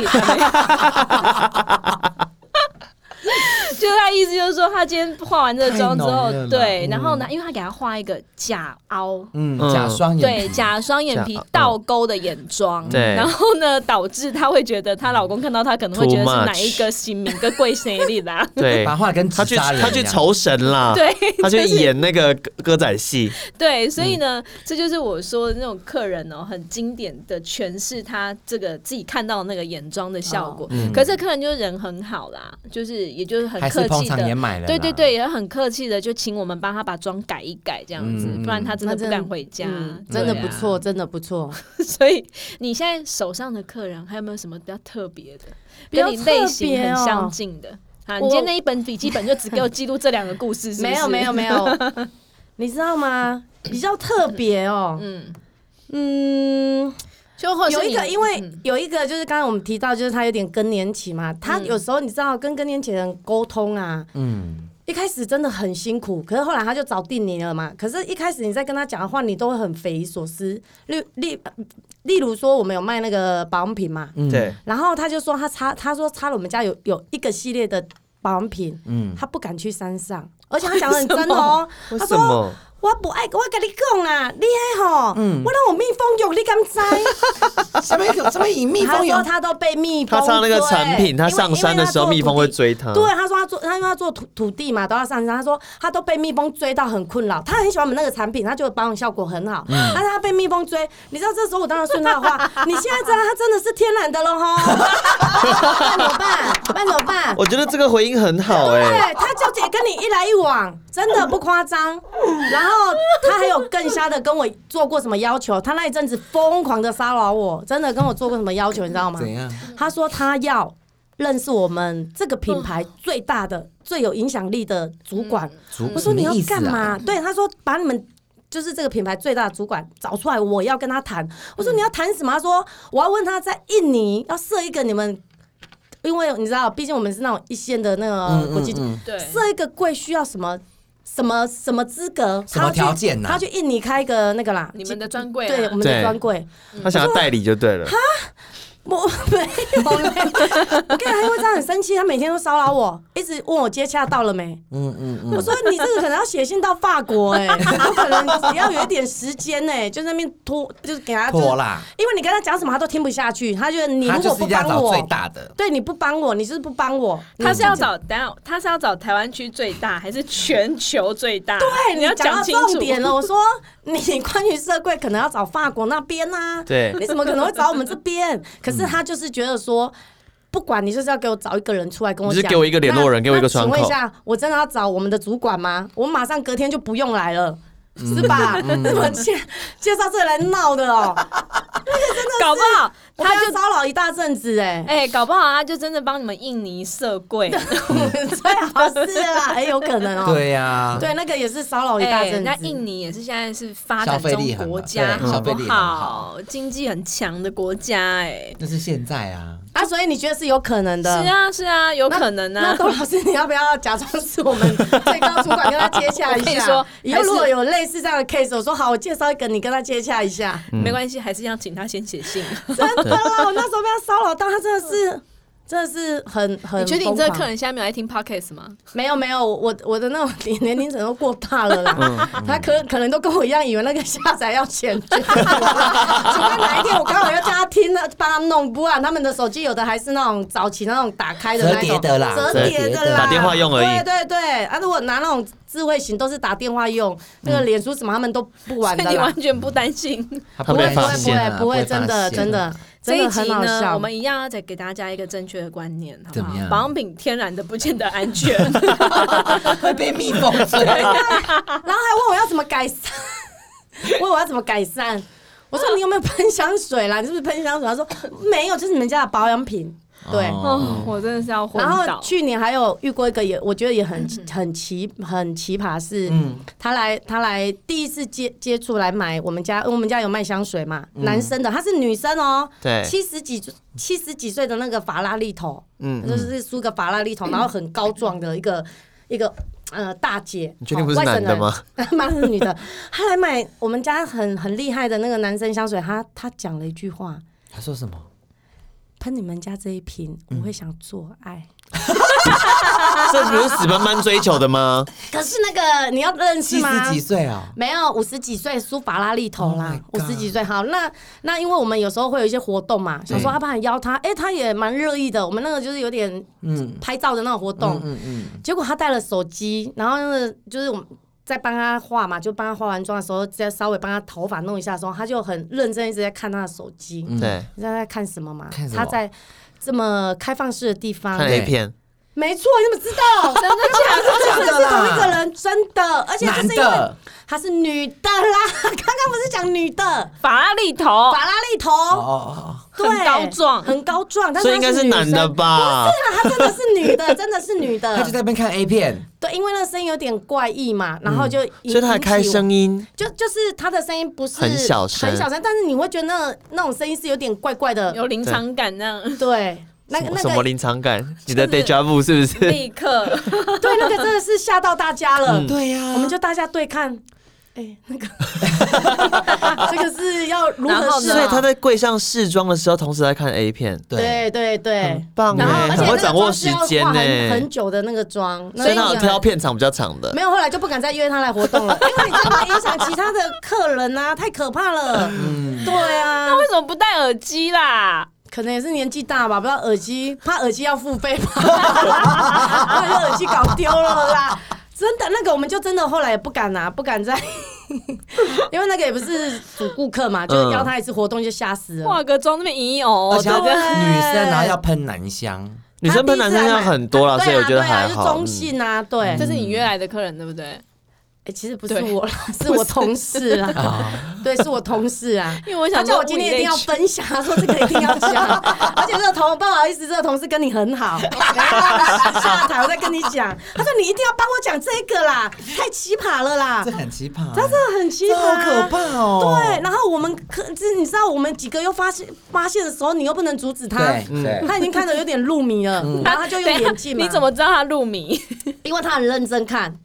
E: 就他意思就是说，他今天化完这个妆之
D: 太
E: 后
D: 浓了啦，
E: 对，
D: 嗯
E: 然后呢，因为他给他画一个假凹，
D: 嗯，
B: 嗯
D: 假双眼
E: 对，
D: 皮，哦
E: 假双眼皮
B: 假凹
E: 倒钩的眼妆，
B: 对
E: 然后呢，导致她会觉得她老公看到她可能会
B: Too
E: 觉得是
B: much
E: 哪一个新名跟贵生日
D: *laughs*
E: 啦，
B: 对
D: 把，它画得跟
B: 他
D: 纸
B: 去
D: 扎人一
B: 他
D: 样
B: 去，酬神啦，
E: 对，
B: 他去
E: 就是
B: 演那个歌歌仔戏，
E: 对，所
D: 嗯
E: 以呢，这就是我说的那种客人哦，很经典的诠释他这个自己看到的那个眼妆的效
D: 哦
E: 果。可是这客人就是人很好啦，就是也就是很
D: 嗯还
E: 客
D: 是捧
E: 气
D: 场也
E: 的。
D: 买了，
E: 对对对，，也很客气的，就请我们帮他把妆改一改，这样子，
D: 嗯
E: 不然他真的
C: 那
E: 不
C: 真
E: 敢回家。
C: 嗯，
E: 对
C: 真的
E: 啊
C: 不错，真的不
E: *laughs*
C: 错。
E: 所以你现在手上的客人还有没有什么比较特别的，
C: 比较
E: 跟你类型很
C: 特别哦
E: 相近的？啊，你
C: 我
E: 今天那一本笔记本就只给我记录这两个故事，是不
C: 没有
E: 是
C: 没有，没有， *laughs* 你知道吗？比较特别哦，
E: 嗯，
C: 嗯，
E: *laughs* 就或者
C: 有
E: 是
C: 一个，
E: 你
C: 因为
E: 嗯
C: 有一个就是刚刚我们提到，就是他有点更年期嘛，他有时候你知道跟更年期的人沟通啊，
D: 嗯，
C: 一开始真的很辛苦，可是后来他就找定你了嘛。可是，一开始你在跟他讲的话，你都会很匪夷所思。例例例如说，我们有卖那个保养品嘛，
D: 嗯
B: 对，
C: 然后他就说他擦，他说擦了我们家有有一个系列的保养品，
D: 嗯
C: 他不敢去山上，而且他讲的很真哦，
B: 为
C: 他
B: 什
C: 说。
B: 么？嗯
C: 我不爱，我跟你讲啦，你爱吼，我让我蜜蜂蛹，你敢知？
D: 什么什么以蜜
C: 他
D: 蜂
C: 说
D: 有
C: 他都被蜜蜂
B: 他
C: 追。
B: 唱那个产品，他
C: 因为
B: 上山的时候，蜜蜂会。追他。
C: 因为他做土地对，他说他做，他因为他做土土地嘛，都要上山。他说他都被蜜蜂追到很困扰，他很喜欢我们那个产品，他觉得保养效果很好。
B: 嗯
C: 但是他被蜜蜂追，你知道这时候我当然顺他
B: *laughs*
C: 的话，你现在知道他真的是天然的了吼，办怎么办？办怎么办？
B: 我觉得这个回音很好哎，
C: 对，他就也跟你一来一往，真的不夸张。然后他还有更瞎的跟我做过什么要求，他那一阵子疯狂的骚扰我，真的跟我做过什么要求，你知道吗？
D: 怎样？
E: 嗯
C: 他说他要认识我们这个品牌最大
E: 嗯
C: 的、最有影响力的主管。
D: 主
C: 我说你要
D: 什么意思啊
C: 干嘛？对，他说把你们。就是这个品牌最大的主管找出来，我要跟他谈。我
E: 嗯
C: 说你要谈什么？他说我要问他在印尼要设一个你们，因为你知道，毕竟我们是那种一线的那个国际
D: 嗯嗯
E: 对
C: 设一个柜需要什么什么什么资格？
D: 什
C: 他
D: 么
C: 要去
D: 条件啊呐
C: 他去印尼开一个那个啦，
E: 你们的专柜啊，
C: 对我们的
B: 对
C: 专柜。
B: 他想要代理就对了。
C: 我 *laughs* 没有嘞，我跟你讲，他会这样很生气，他每天都骚扰我，一直问我接洽到了没。嗯嗯嗯。我说你这个可能要写信到法国 *laughs* 哎、我可能也要有一点时间哎、就在那边拖，就是给他就是
D: 拖啦，
C: 因为你跟他讲什么他都听不下去，他觉得你
D: 他
C: 如
D: 就
C: 果
D: 是
C: 不
D: 要
C: 帮
D: 找最
C: 我，
D: 大的。
C: 对你不帮我，你是不是不帮我？
E: 他是要找，等下他是要找台湾区最大，还是全球最大？
C: 对，
E: 哎你要
C: 讲
E: 讲
C: 到
E: 清楚。
C: 重点了。我说你关于社柜可能要找法国那边呐、啊，
B: 对嗯
C: 你怎么可能会找我们这
B: *laughs*
C: 边？可是他就是觉得说。不管你就是要给我找一个人出来跟我
B: 你
C: 讲，
B: 是给我一个联络人
C: 那
B: 给我一个
C: 那
B: 窗口
C: 请问一下，我真的要找我们的主管吗？我马上隔天就不用来了，
B: 嗯
C: 是吧？怎么介 *laughs* 介绍这个来闹的哦？
E: 搞不好
C: 他
E: *laughs* 他
C: 就
E: 就
C: 骚扰一大阵子哎、
B: *laughs*
E: 哎、搞不好他就真的帮你们印尼设
C: *laughs*
E: 柜，
C: 最好是啦，哎、有可能哦、
D: 对
B: 啊
D: 呀，
C: 对，那个也是骚扰一大
E: 哎、
C: 阵
E: 人
C: 子。
E: 家印尼也是现在是发
D: 消
E: 展
D: 费力
E: 中
D: 很
E: 国
D: 好
E: 家，
D: 对
E: 好
D: 消费
E: 不
D: 力很
E: 好
D: 好？
E: 经济很强的国家、
D: 那是现在啊。
C: 啊，所以你觉得是有可能的？
E: 哎，是啊，是啊，有
C: 那
E: 可能啊。
C: 那窦老师，你要不要假装是我们最高主管，跟他接 *laughs* 洽一
E: 我跟你
C: 下？
E: 说
C: 以后如
E: 还
C: 果
E: 是
C: 有类似这样的 case，我说好，我介绍一个，你跟他接洽一下。
E: 没关系，还是要请他先写信。 *laughs*
C: 真的啦，我那时候被他骚扰到，他真的是。真的是很很，
E: 你确定你这个客人现在没有在听 podcast 吗？
C: 没有没有，我我的那种年年龄层都过大了
D: 嗯
C: 啦，他可可能都跟我一样，以为那个下载要钱， *laughs* 除非哪一天我刚好要叫他听，帮他弄，不然他们的手机有的还是那种早期那种打开的那种
D: 折叠的啦
C: 折叠
D: 折
C: 的
D: 叠
C: 啦，
D: 的
B: 打电话用而已
C: 对对对，啊，如果拿那种智慧型都是打电话用，那
D: 嗯
C: 个脸书什么他们都不玩
E: 所
C: 的
E: 以你
C: 啦
E: 完，全不担心。
D: 他
B: 不
C: 不会
B: 被
C: 不
B: 发
C: 会不
B: 现
D: 啊
C: 会不会，
D: 发
C: 真的
D: 现
C: 真的
D: 啊
E: 这
C: 嗯真
E: 一
C: 的
E: 集
C: 很好
E: 呢，
C: 笑
E: 我。们一样要再给大家一个正确的观念，好不
D: 怎
E: 好
D: 么？样
E: 保养品天然的不见得安
C: *laughs*
E: 全，
D: 会被蜜蜂追。
C: 然后还问我要怎么改善， *laughs* 问我要怎么改善。我说你有没有喷香水啊啦？你是不是喷香水？他说没有，就是你们家的保养品。对，
E: 哦， *laughs* 我真的是要昏
C: 然
E: 倒
C: 后。去年还有遇过一个也，我觉得也很很奇很奇葩是，他来他来第一次接接触来买我们家，我们家有卖香水嘛，男生的，他是女生哦，
B: 对
C: 七十几七十几岁的那个法拉利头，嗯，就是梳个法拉利头，然后很高壮的一个一个。呃，大姐，
B: 你确定不是
C: 哦外
B: 男
C: 省
B: 的
C: 人 *laughs*
B: 吗
C: 妈是女的，她来买我们家很很厉害的那个男生香水，她她讲了一句话，
D: 他说什么？
C: 喷你们家这一瓶，我会想做爱。
B: 这不是死斑斑追求的吗？
C: 可是那个你要认识
D: 七
C: 吗
D: 十？几岁啊？
C: 没有五十几岁梳法拉利头啦，五
D: Oh my god
C: 十、几岁好，那那因为我们有时候会有一些活动嘛，想说阿爸邀他，哎、他也蛮乐意的。我们那个就是有点
D: 嗯
C: 拍照的那种活动，
D: 嗯嗯，
C: 结果他带了手机，然后那个就是我们在帮他化嘛，就帮他化完妆的时候，再稍微帮他头发弄一下的时候，他就很认真一直在看他的手机。
D: 嗯
B: 对，
C: 你知道他在看什么吗？
D: 看什么
C: 他在这么开放式的地方，
B: 看 A 片，
C: 没错，你怎么知道？真的假的？真的是同一个人，真的，而且就是
D: 男
C: 因为
D: 的
C: 她是女的啦。 *laughs* 刚刚不是讲女的，
E: 法拉利头
C: 法拉利
D: 哦
C: 头，
D: 哦
C: 对，
E: 很高壮
C: 很高壮，但是
B: 所
C: 她
B: 以应该是男的
C: *laughs* 女
B: 吧？
C: 生？她真的是女的，真的是女
D: 哦，他就
C: 的。
D: 在那边看 A 片，
C: 对，因为那个声音有点怪异嘛，然后就引
B: 嗯所以他还开，
C: 引起
B: 声音，
C: 我就就是她的声音不是
B: 很小声
C: 很小声，但是你会觉得那那种声音是有点怪怪的，
E: 有临场感那样，
C: 对。那个那
B: 什么
C: 个
B: 临场感？你的 deja vu 是不是？
E: 立刻 *laughs*
C: 对那个真的是吓到大家了，
B: 嗯
D: 对呀
C: 我们就大家对看，哎，那
E: *laughs*
C: 个这个是要如
E: 然
C: 何
E: 后呢
C: 是
B: 所以
C: 好？
B: 他在柜上试妆的时候，同时在看 A 片，
D: 对，
C: 啊对对对
B: 很，棒
C: 然后
B: 哎，
C: 而且
B: 很会
C: 那个
B: 掌
C: 妆
B: 握
C: 是
B: 时
C: 要
B: 间
C: 化很
B: 呢
C: 很。久的那个妆，
B: 所以他有
C: 那个
B: 挑片场比较长的
C: 没，有，后来就不敢再约他来
B: *laughs*
C: 活动了，因为你这会影响其他的客人啊，太可怕了。
B: 嗯
C: 对啊，
E: 为什么不戴耳机啦？
C: 可能也是年纪大吧，不知道耳机，怕耳机要付
B: *laughs*
C: 费吧，怕就耳机搞丢了啦。真的，那个我们就真的后来也不敢啊，不敢再， *laughs* 因为那个也不是主顾客
B: 嗯
C: 嘛，就是邀他一次活动就吓死了。
E: 化个妆那边咦哦
D: 而，且要
E: 对
D: 女
E: 不对
D: 生，然后要喷男香，
B: 女生喷男生要很多啦，
C: 对啊
B: 所以我觉得
C: 对啊
B: 还
C: 就
B: 好。
C: 中
B: 嗯
C: 性啊，对。
E: 这是你约来的客人对不对？
C: 哎其实不是
E: 对
C: 我啦，是我同事
B: *laughs* 啊
C: 啦。对，是我同事啊。
E: 因为我
C: 他
E: 想
C: 叫
E: 说
C: 我今天一定要分享，他说这个一定要
D: *laughs*
C: 讲，而且这个同不好意思，这个同事跟你很好， *laughs* 然后下台我再跟你讲，他说你一定要帮我讲这个啦，太奇葩了啦
D: 这，很奇葩，啊
C: 啊他真的很奇葩，
D: 这好可怕哦。
C: 对，然后我们可是你知道我们几个又发现发现的时候，你又不能阻止他，
D: 对嗯啊对，
C: 他已经看
D: *laughs*
E: *laughs* 啊
C: 得有点入迷了，然后他就用眼镜嘛，
E: 你怎么知道他入迷？
D: *laughs*
C: 因为他很认真看，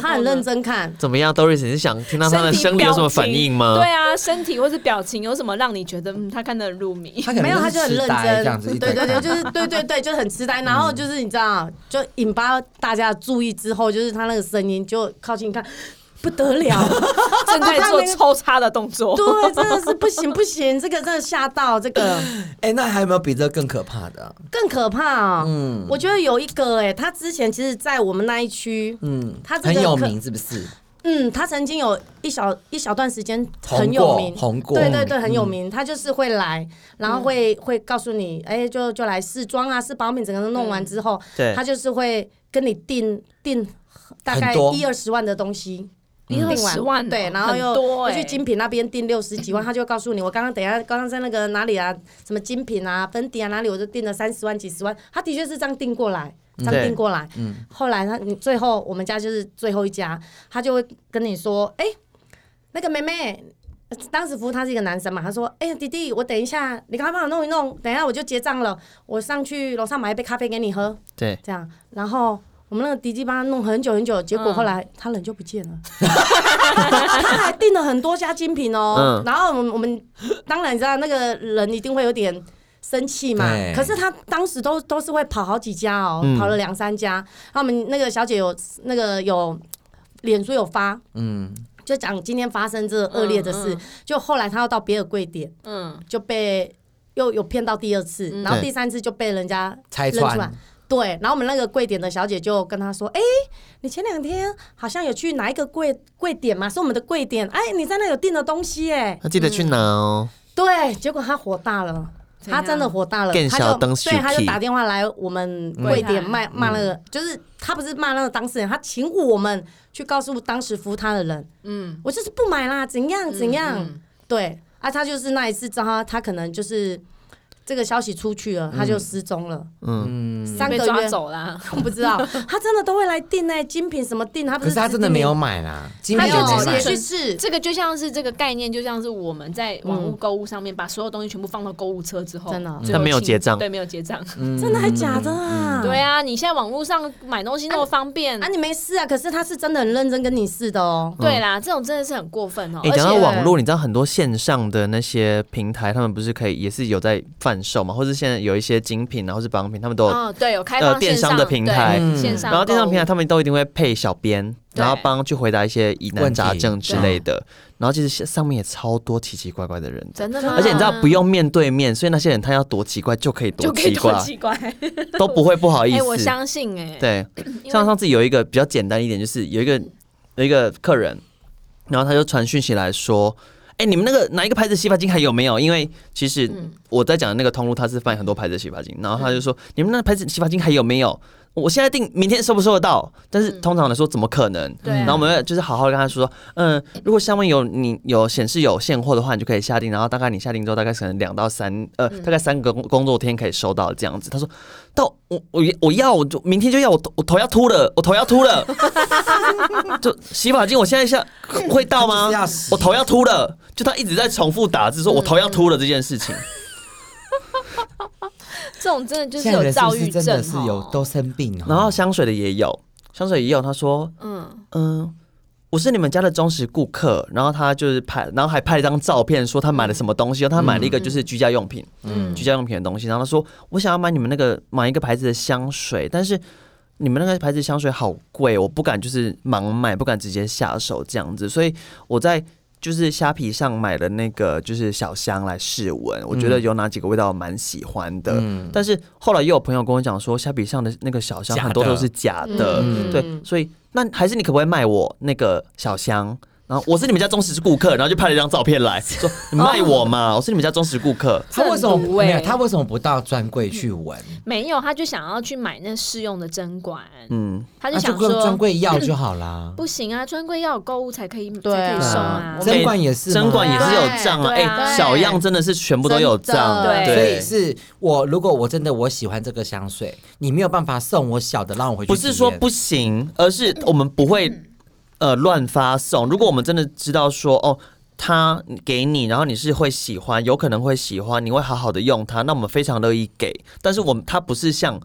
C: 他很认真看，
B: 怎么样，Doris？你是想听到他的生理有什么反应吗？
E: 对啊，身体或是表情有什么让你觉得嗯，他看得很入 *laughs* 迷？
D: 他可能
C: 没有，他
D: 是
C: 就很
D: 痴
C: 认
D: 呆这样子，
C: 真，
D: 一嗯
C: 对
D: 直
C: 对
D: *laughs*
C: 对，
D: 看
C: 就是对对对，就是很痴呆。然后就是你知道，就引发大家的注意之后，就是他那个声音就靠近看，不得了，
E: 正在做抽插的动作，
C: 对，真的是不行不行，这个真的吓到，这个
D: 哎，那还有没有比这更可怕的？
C: 更可怕哦。
D: 嗯
C: 我觉得有一个哎、他之前其实，在我们那一区，
D: 嗯，
C: 他这个
D: 很有
C: 可
D: 名是不是？
C: 嗯，他曾经有一小一小段时间
D: 红
C: 很有
D: 过
C: 名，
D: 红过嗯
C: 对对对，很有名。他就是会来，然后会、会告诉你，哎、就就来试妆啊，试保养，整个都弄完之
D: 嗯
C: 后，
B: 对
C: 他就是会跟你订订大
D: 很
C: 概
D: 多
C: 一二十万的东西。
E: 一二
C: 订完
E: 十万哦，
C: 对，然后又
E: 很多
C: 又
E: 欸
C: 去精品那边订六十几万，他就会告诉你，我刚刚等一下刚刚在那个哪里啊，什么精品啊、芬迪啊哪里，我就订了三十万、几十万，他的确是这样订过来，这样
B: 对
C: 订过来。后来他你最后我们家就是最后一家，他就会跟你说，哎、那个妹妹。呃当时服务他是一个男生嘛，他说：“哎、呀，弟弟，我等一下，你赶快帮我弄一弄，等一下我就结账了，我上去楼上买一杯咖啡给你喝。”
B: 对，
C: 这样，然后我们那个迪基帮他弄很久很久，结果后来他人就不见了，他还订了很多家精品哦、
B: 嗯
C: 然后我们我们当然你知道那个人一定会有点。生气嘛
D: 对？
C: 可是他当时都都是会跑好几家哦、
B: 嗯
C: 跑了两三家。然后我们那个小姐有那个有脸书有发，
D: 嗯，
C: 就讲今天发生这恶劣的事。
E: 嗯嗯
C: 就后来他又到别的贵点，
E: 嗯，
C: 就被又有骗到第二次，然后
D: 对
C: 第三次就被人家
D: 拆
C: 认出来
D: 穿。
C: 对，然后我们那个柜点的小姐就跟他说：“哎、你前两天好像有去哪一个柜柜点嘛？是我们的柜点，哎，你在那有订的东西哎、
B: 那记得去拿哦。
C: 对，结果他火大了。
E: 怎
C: 他
E: 样
C: 真的火大了，
B: 更
C: 他
B: 小
C: 就
B: 灯
C: 对，他就
B: Suki
C: 打电话来我们柜点
E: 嗯
C: 骂骂那个，就是他不是骂那个当事人，他请我们去告诉当时服务他的人，
E: 嗯，
C: 我就是不买啦，怎样怎样，
E: 嗯
C: 对啊，他就是那一次，知道他他可能就是这个消息出去了，他就失踪了，
B: 嗯，
C: 三个
E: 被
C: 月
E: 抓走啦，
C: 我不知
E: *laughs*
C: 道，他真的都会来订哎、精品什么订，他不
D: 可
C: 是
D: 是他
C: 只
D: 真的
C: 订
D: 没
C: 你
D: 有，买啦，精
C: 他
D: 品也没
C: 有
E: 只
D: 买
C: 也
E: 是。
C: 去试，
E: 这个就像是这个概念，就像是我们在网络购物上面把所有东西全部放到购物车之后，
C: 真的哦
E: 最后
B: 嗯但没有
E: 清
B: 结账嗯
E: 对，没有结账。
D: 嗯
C: 真的还假的啊？
E: 对啊，你现在网络上买东西那么方便
C: 啊，，你没事啊，可是他是真的很认真跟你试的哦。
E: 对啦，这种真的是很过分哦。
B: 哎、
E: 而
B: 讲
E: 且
B: 到网络，你知道很多线上的那些平台，他们不是可以也是有在贩售嘛，或者现在有一些精品啊，或是保养品，他们都有。
E: 哦，对，有开
B: 呃
E: 放
B: 电
E: 线
B: 商
E: 上
B: 的平台
E: 对
D: 嗯
E: 线上购物，
B: 然后电商平台他们都一定会配小编，
E: 对
B: 然后帮去回答一些疑难
D: 问题
B: 杂症之类的。然后其实上面也超多奇奇怪怪的人的，
C: 啊
E: 真的吗？
B: 而且你知道不用面对面，所以那些人他要多奇怪就可以
E: 就
B: 多
E: 可
B: 奇
E: 以多
B: 怪，
E: 奇怪，
B: 都不会不好意
E: 哎，
B: 思。
E: 我相信哎，
B: 对，
E: 因
B: 像
E: 为
B: 上次有一个比较简单一点，就是有一个有一个客人，然后他就传讯息来说。哎、你们那个哪一个牌子洗发精还有没有？因为其实
E: 嗯
B: 我在讲的那个通路，它是贩很多牌子的洗发精，然后他就说、你们那个牌子洗发精还有没有？我现在订，明天收不收得到？但是通常来说，怎么可能？
E: 嗯对啊
B: 然后我们会就是好好地跟他说，嗯，如果上面有你有显示有现货的话，你就可以下定，然后大概你下定之后，大概可能两到三呃，
E: 嗯
B: 大概三个工工作天可以收到这样子。他说到我我我要我就明天就要我头我头要秃了，我头要秃了， *laughs* 就洗发精我现在下会到
D: 他就
B: 吗
D: 是要洗？
B: 我头要秃了，就他一直在重复打字说我头要秃了这件事情。
E: 这种真的就是
D: 现在
E: 有
D: 人是
E: 躁
D: 不是
E: 郁
D: 真
E: 症
D: 的是有
E: 哦
D: 都生病哦？
B: 然后香水的也有，香水也有，他说
E: 嗯，
B: 嗯。我是你们家的忠实顾客，然后他就是拍，然后还拍了一张照片，说他买了什么东西，他买了一个就是居家用品，
E: 嗯
B: 居家用品的东西，然后他说我想要买你们那个买一个牌子的香水，但是你们那个牌子香水好贵，我不敢就是盲买，不敢直接下手这样子，所以我在就是虾皮上买的那个就是小香来试闻，我觉
D: 嗯
B: 得有哪几个味道我蛮喜欢的，但是后来也有朋友跟我讲说虾皮上的那个小香
D: 假的
B: 很多都是假的，
C: 嗯
B: 对，所以那还是你可不可以卖我那个小香？然后我是你们家忠实顾客，然后就拍了一张照片来
D: *laughs*
B: 说你卖我嘛，我是你们家忠实顾客。
D: 他为什
E: 中
D: 么
E: 毒欸
D: 没有？他为什么不到专柜去闻？
E: 没有，他就想要去买那试用的针管，
B: 嗯，
E: 他就
D: 那
E: 想
D: 啊跟专
E: 说
D: 柜
E: *clears throat*
D: 要就好啦。
E: 不行啊，专柜要有购物才可以
C: 对
E: 才可以
C: 啊
E: 送啊，
D: 对针管也是吗
B: 针管也是有账啊，
E: 对
B: 哎、
E: 对
B: 小样真的是全部都有账，
C: 真的
E: 对
D: 所以
B: 对，
D: 是我，如果我真的我喜欢这个香水，你没有办法送我小的让我回去。
B: 不是说不，行，而是我们不会呃乱发送。如果我们真的知道说哦。他给你，然后你是会喜欢，有可能会喜欢，你会好好的用它，那我们非常乐意给。但是我们它不是像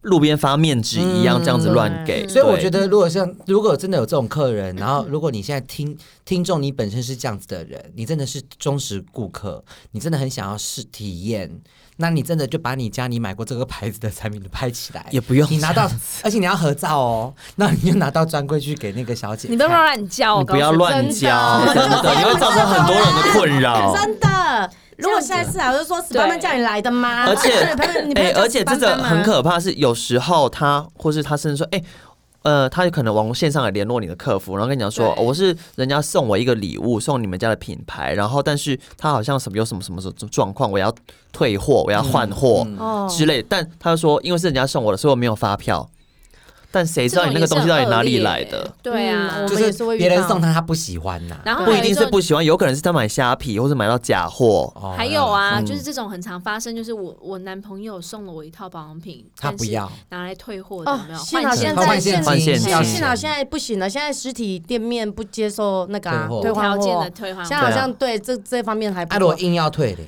B: 路边发面纸一样这样子乱给。
C: 嗯
D: 所以我觉
B: 得
D: 得，如果像如果真的有这种客人，然后如果你现在听听众，你本身是这样子的人，你真的是忠实顾客，你真的很想要试体验，那你真的就把你家你买过这个牌子的产品拍起来，
B: 也不用
D: 你拿到，而且你要合照哦，那你就拿到专柜去给那个小姐看，
E: 你不要乱叫，我
B: 你
E: 告诉
B: 不要乱教，真的，你会造成很多人的困
C: *laughs*
B: 扰。
C: 哦真的。如果下一次啊，我就说史班班叫你来的吗？
B: 而且
C: 对朋友 *laughs* 你朋友叫
B: 哎而且
C: 史
B: 这
C: 班
B: 个
C: 班吗
B: 很可怕，是有时候他或是他甚至说，哎、呃，他有可能网络线上也联络你的客服，然后跟你讲说，
E: 对
B: 哦我是人家送我一个礼物，送你们家的品牌，然后但是他好像什么有什么什么什么状况，我要退货，我要换货、
C: 哦
B: 之类，但他说因为是人家送我的，所以我没有发票。但谁知道你那个东西到底哪里来的？
E: 对啊，
C: 嗯我
D: 就
C: 们也是会遇
D: 别人
C: 到
D: 送他，他不喜欢呐、
E: 然后
B: 不一
E: 还有
B: 定
E: 种
B: 是不喜欢，有可能是他买虾皮或是买到假货。
D: 哦
E: 还有，
C: 嗯
E: 啊，就是这种很常发生，就是我我男朋友送了我一套保养品，
D: 他
E: 但
D: 不
E: 是
D: 要，
E: 拿来退货的，
C: 哦
E: 有没有？，
C: 幸
E: 换
C: 好
E: 钱
C: 现
E: 的
C: 在
D: 换
C: 现
D: 现
C: 在
B: 金
C: 现
B: 要
C: 在
B: 钱
C: 哎幸好现在不行了，现在实体店面不接受那个啊
D: 退货
C: 退
E: 无条
C: 换
E: 件的
C: 货，
E: 退换
C: 现
E: 货，
C: 在好像对这这方面还不
D: 啊，如果
C: 错。
D: 硬要退的，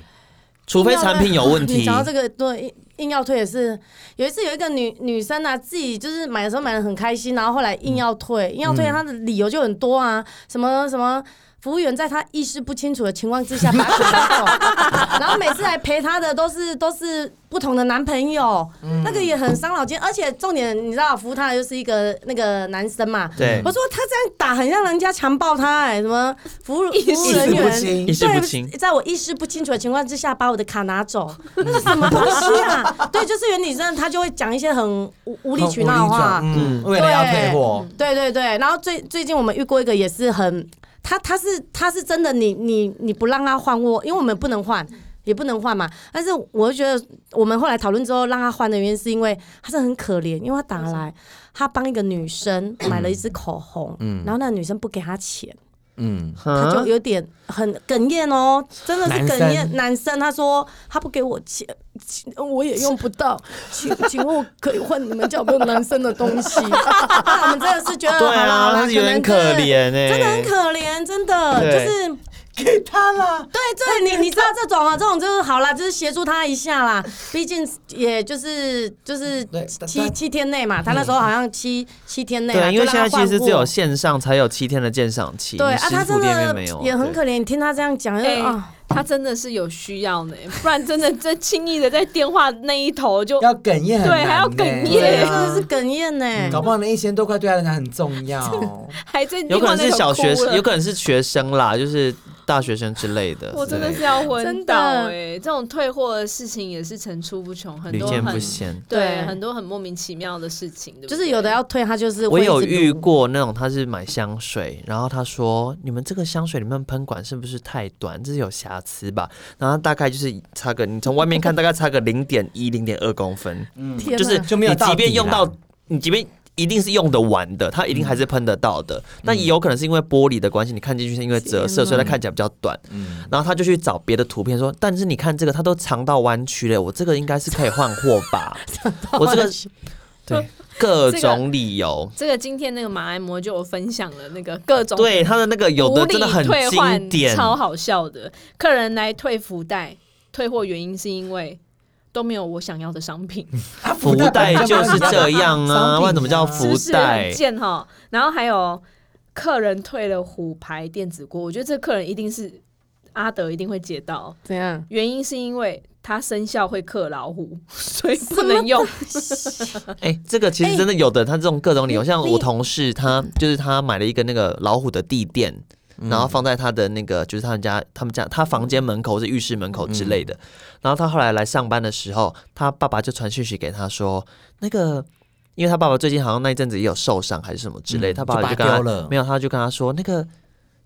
B: 除非产品有问题
C: *laughs* 你讲到这个，对，硬硬要退也是。有一次有一个女女生啊，自己就是买的时候买的很开心，然后后来硬要
B: 嗯
C: 退，硬要退，她的理由就很多啊，什么什么。服务员在她意识不清楚的情况之下把她给拿走，然后每次来陪她的都是 *laughs* 都是不同的男朋友，
B: 嗯
C: 那个也很伤脑筋。而且重点你知道，服务她的就是一个那个男生嘛，
B: 对
C: 我说他这样打很像人家强暴他哎、什么服务
E: 意识
C: 服务人员
D: 不清
B: 意识不
C: 对
B: 清
C: 在我意识不清楚的情况之下把我的卡
B: *laughs*
C: 拿走，那是什么东西啊？对，就是有女生她就会讲一些很无无
D: 哦
C: 理取闹的话，
D: 嗯，为了要退货，
C: 哦对对对。然后最最近我们遇过一个也是很，他他是他是真的你你你不让他换货，因为我们不能换。也不能换嘛，但是我就觉得我们后来讨论之后，让他换的原因是因为他是很可怜，因为他打来，他帮一个女生买了一支口红，然后那个女生不给他钱，
D: 嗯，
C: 他就
B: 嗯
C: 有点很哽咽哦，真的是
D: 男
C: 哽
D: 生
C: 咽。男生他说他不给我钱，请我也用不到，
B: *laughs*
C: 请请问我可以换你们家有没有男生的东
B: *laughs*
C: 西？那我们真的是觉得
B: 对
C: 好啦好
B: 啊，
C: 啦
B: 他是有点可
C: 能真的
B: 怜哎、
C: 真的很可怜，真的
B: 对
C: 就是给他啦。对对，你你知道这种啊，这种就是好啦，就是协助他一下啦。毕竟也就是就是
D: 对
C: 七
D: 但
C: 七天内嘛，他那时候好像七七天内
B: 嗯
C: 啊，
B: 对，因为现在其实只
C: 就让他换
B: 有
C: 货
B: 线上才有七天的鉴赏期，
C: 对
B: 你
C: 啊，
B: 实
C: 他
B: 体
C: 真
B: 店面
C: 的
B: 没有，
C: 也很
B: 对
C: 可怜。你听他这样讲，就是
E: 哎
C: 啊，
E: 他真的是有需要呢，不然真的 *laughs* 这轻易的在电话那一头就
D: 要哽咽很难
E: 对还要
D: 呢
E: 哽
D: 对
E: 咽
C: 真
D: 啊
C: 的是哽咽
D: 搞
C: 呢。
D: 不好那一千多块对他来讲很重
C: *laughs*
D: 要。
E: 还在电
B: 有
E: 话
B: 可能是
E: 那头
B: 小学
E: 哭，了
B: 有可能是学生啦，就是大学生之类的。
E: 我真的
B: 对
E: 是要昏倒
C: 真的
E: 哎、这种退货的事情也是层出不穷，很
B: 屡
E: 多
B: 见不
E: 很
B: 鲜。
E: 对
C: 对
E: 很多很莫名其妙的事情，对不
C: 就
E: 对
C: 是有的要退，他就是
B: 我
C: 会一直
B: 有遇
C: 撸
B: 过那种，他是买香水，然后他说：“你们这个香水里面喷管是不是太短？这是有瑕疵吧？”然后大概就是差个，你从外面看大概差个零点一、零点二公分，
C: 天
B: 就是
C: 哪
D: 就没有
B: 你
D: 到
B: 即便
D: 底啊
B: 用
D: 啦
B: 到，你即便一定是用得完的，它一定还是喷得到
D: 嗯
B: 的。那也有可能是因为玻璃的关系，你看进去是因为
E: 嗯
B: 折射，所以它看起来比较短。
D: 嗯，
B: 然后他就去找别的图片说，但是你看这个，它都长到弯曲了，我这个应该是可以换货
E: *laughs*
B: 吧？我这个对各种理由，
E: 这个今天那个马来模就有分享了那个各种
B: 对他的那个有
E: 无
B: 的
E: 理
B: 真的很
E: 退
B: 经
E: 换，
B: 典，
E: 超好笑的。客人来退福袋，退货原因是因为都没有我想要的商品，
B: 福袋就是这样
E: *laughs*
B: 啊，
D: 商品
B: 那怎么叫
E: 是不
B: 福
E: 是
B: 袋
E: 很？贱哈？然后还有客人退了虎牌电子锅，我觉得这客人一定是阿德一定会接到，
C: 怎样？
E: 原因是因为。它生肖会克老虎， *laughs* 所以不能用。
B: 哎，这个其实真的有的，他这种各种理由，像
C: 你嗯
B: 我同事他就是他买了一个那个老虎的地垫。
D: 嗯
B: 然后放在他的那个，就是他们家、他们家、他房间门口或是浴室门口之类的。
D: 嗯
B: 然后他后来来上班的时候，他爸爸就传讯息给他说，那个，因为他爸爸最近好像那一阵子也有受伤还是什么之类，
D: 嗯
B: 他爸爸
D: 就
B: 就
D: 把
B: 跟
D: 它
B: 他
D: 丢了
B: 没有，他就跟他说，那个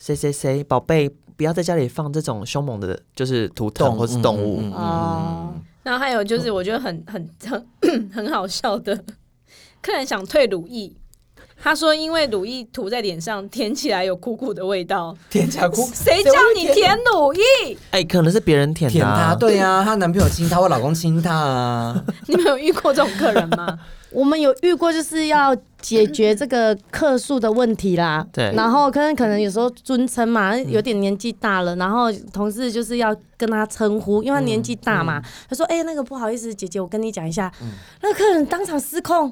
B: 谁谁谁宝贝，不要在家里放这种凶猛的，就是图腾或是动物。
D: 嗯嗯嗯嗯
C: 哦，
E: 然后还有 *coughs* 就是，我觉得很很很很好笑的，客人想退乳液，他说因为乳液涂在脸上，舔起来有苦苦的味道。
D: 舔甲哭，
E: 谁叫你舔乳液？
B: 哎、可能是别人舔
D: 舔
B: 的、啊
D: 她？，对啊，她男朋友亲她，我老公亲她啊。
E: 你们有遇过这种客人吗？
C: 我们有遇过就是要解决这个客诉的问题啦，
B: 对嗯
C: 然后可能可能有时候尊称嘛，有点年纪大了，然后同事就是要跟他称呼，因为他年纪大
B: 嗯
C: 嘛，他说：“哎、那个不好意思，姐姐，我跟你讲一下。那个客人当场失控，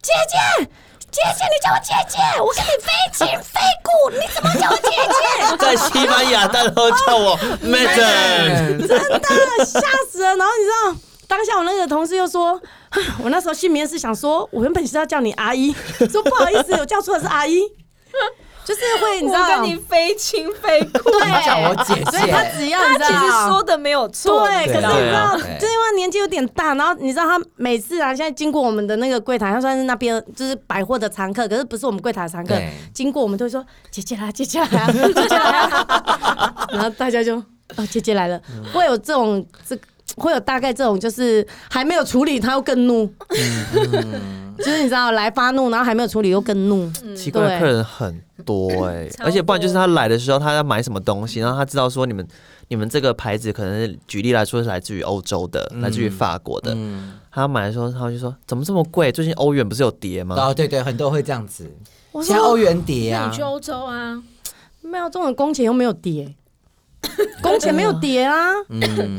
C: 姐姐，姐姐，你叫我姐姐，我跟你非亲非故，你怎么叫我姐姐？
B: *laughs* 在西班牙，大家都叫 *laughs* 我
D: *laughs*
B: Madam。
C: 真的吓死了。然后你知道，当下我那个同事又说， *laughs* 唉我那时候心里面是想说，我原本是要叫你阿姨，说不好意思，我叫错的是阿姨，就是会你知
E: 我
C: 道，
E: 跟你非亲非故。
C: 对，啊
D: 叫我姐姐
C: 所以他只要你知
E: 其实
C: 道。
E: 说的没有错，
C: 对，
E: 你
C: 可
E: 知
C: 是
E: 道
C: 你
E: 吗
C: 知道，*laughs*
D: 对啊
C: 就是因为年纪有点大，然后你知道他每次啊，现在经过我们的那个柜台，他算是那边就是百货的常客，可是不是我们柜台的常客
D: 对，
C: 经过我们都会说姐姐 *laughs* 来啊，姐姐来啊，姐姐来啊， *laughs* 然后大家就哦姐姐来了，会有这种这会有大概这种就是还没有处理，他又更怒， *laughs* 就是你知道来发怒，然后还没有处理又更怒，
B: 奇怪的
C: 对
B: 客人很多哎、
E: 嗯超
B: 而且不然就是
E: 多
B: 他来的时候，他要买什么东西，然后他知道说你们你们这个牌子可能是举例来说是来自于欧洲的，来自于法国的，
D: 嗯，
B: 他买的时候他就说怎么这么贵？最近欧元不是有跌吗？
D: 哦，对对，很多会这样子。
C: 我
D: 现在欧
C: 说
D: 元跌
E: 那
D: 啊
E: 你，去欧洲啊，
C: 没有这种工钱又没有跌，工钱没有跌啊，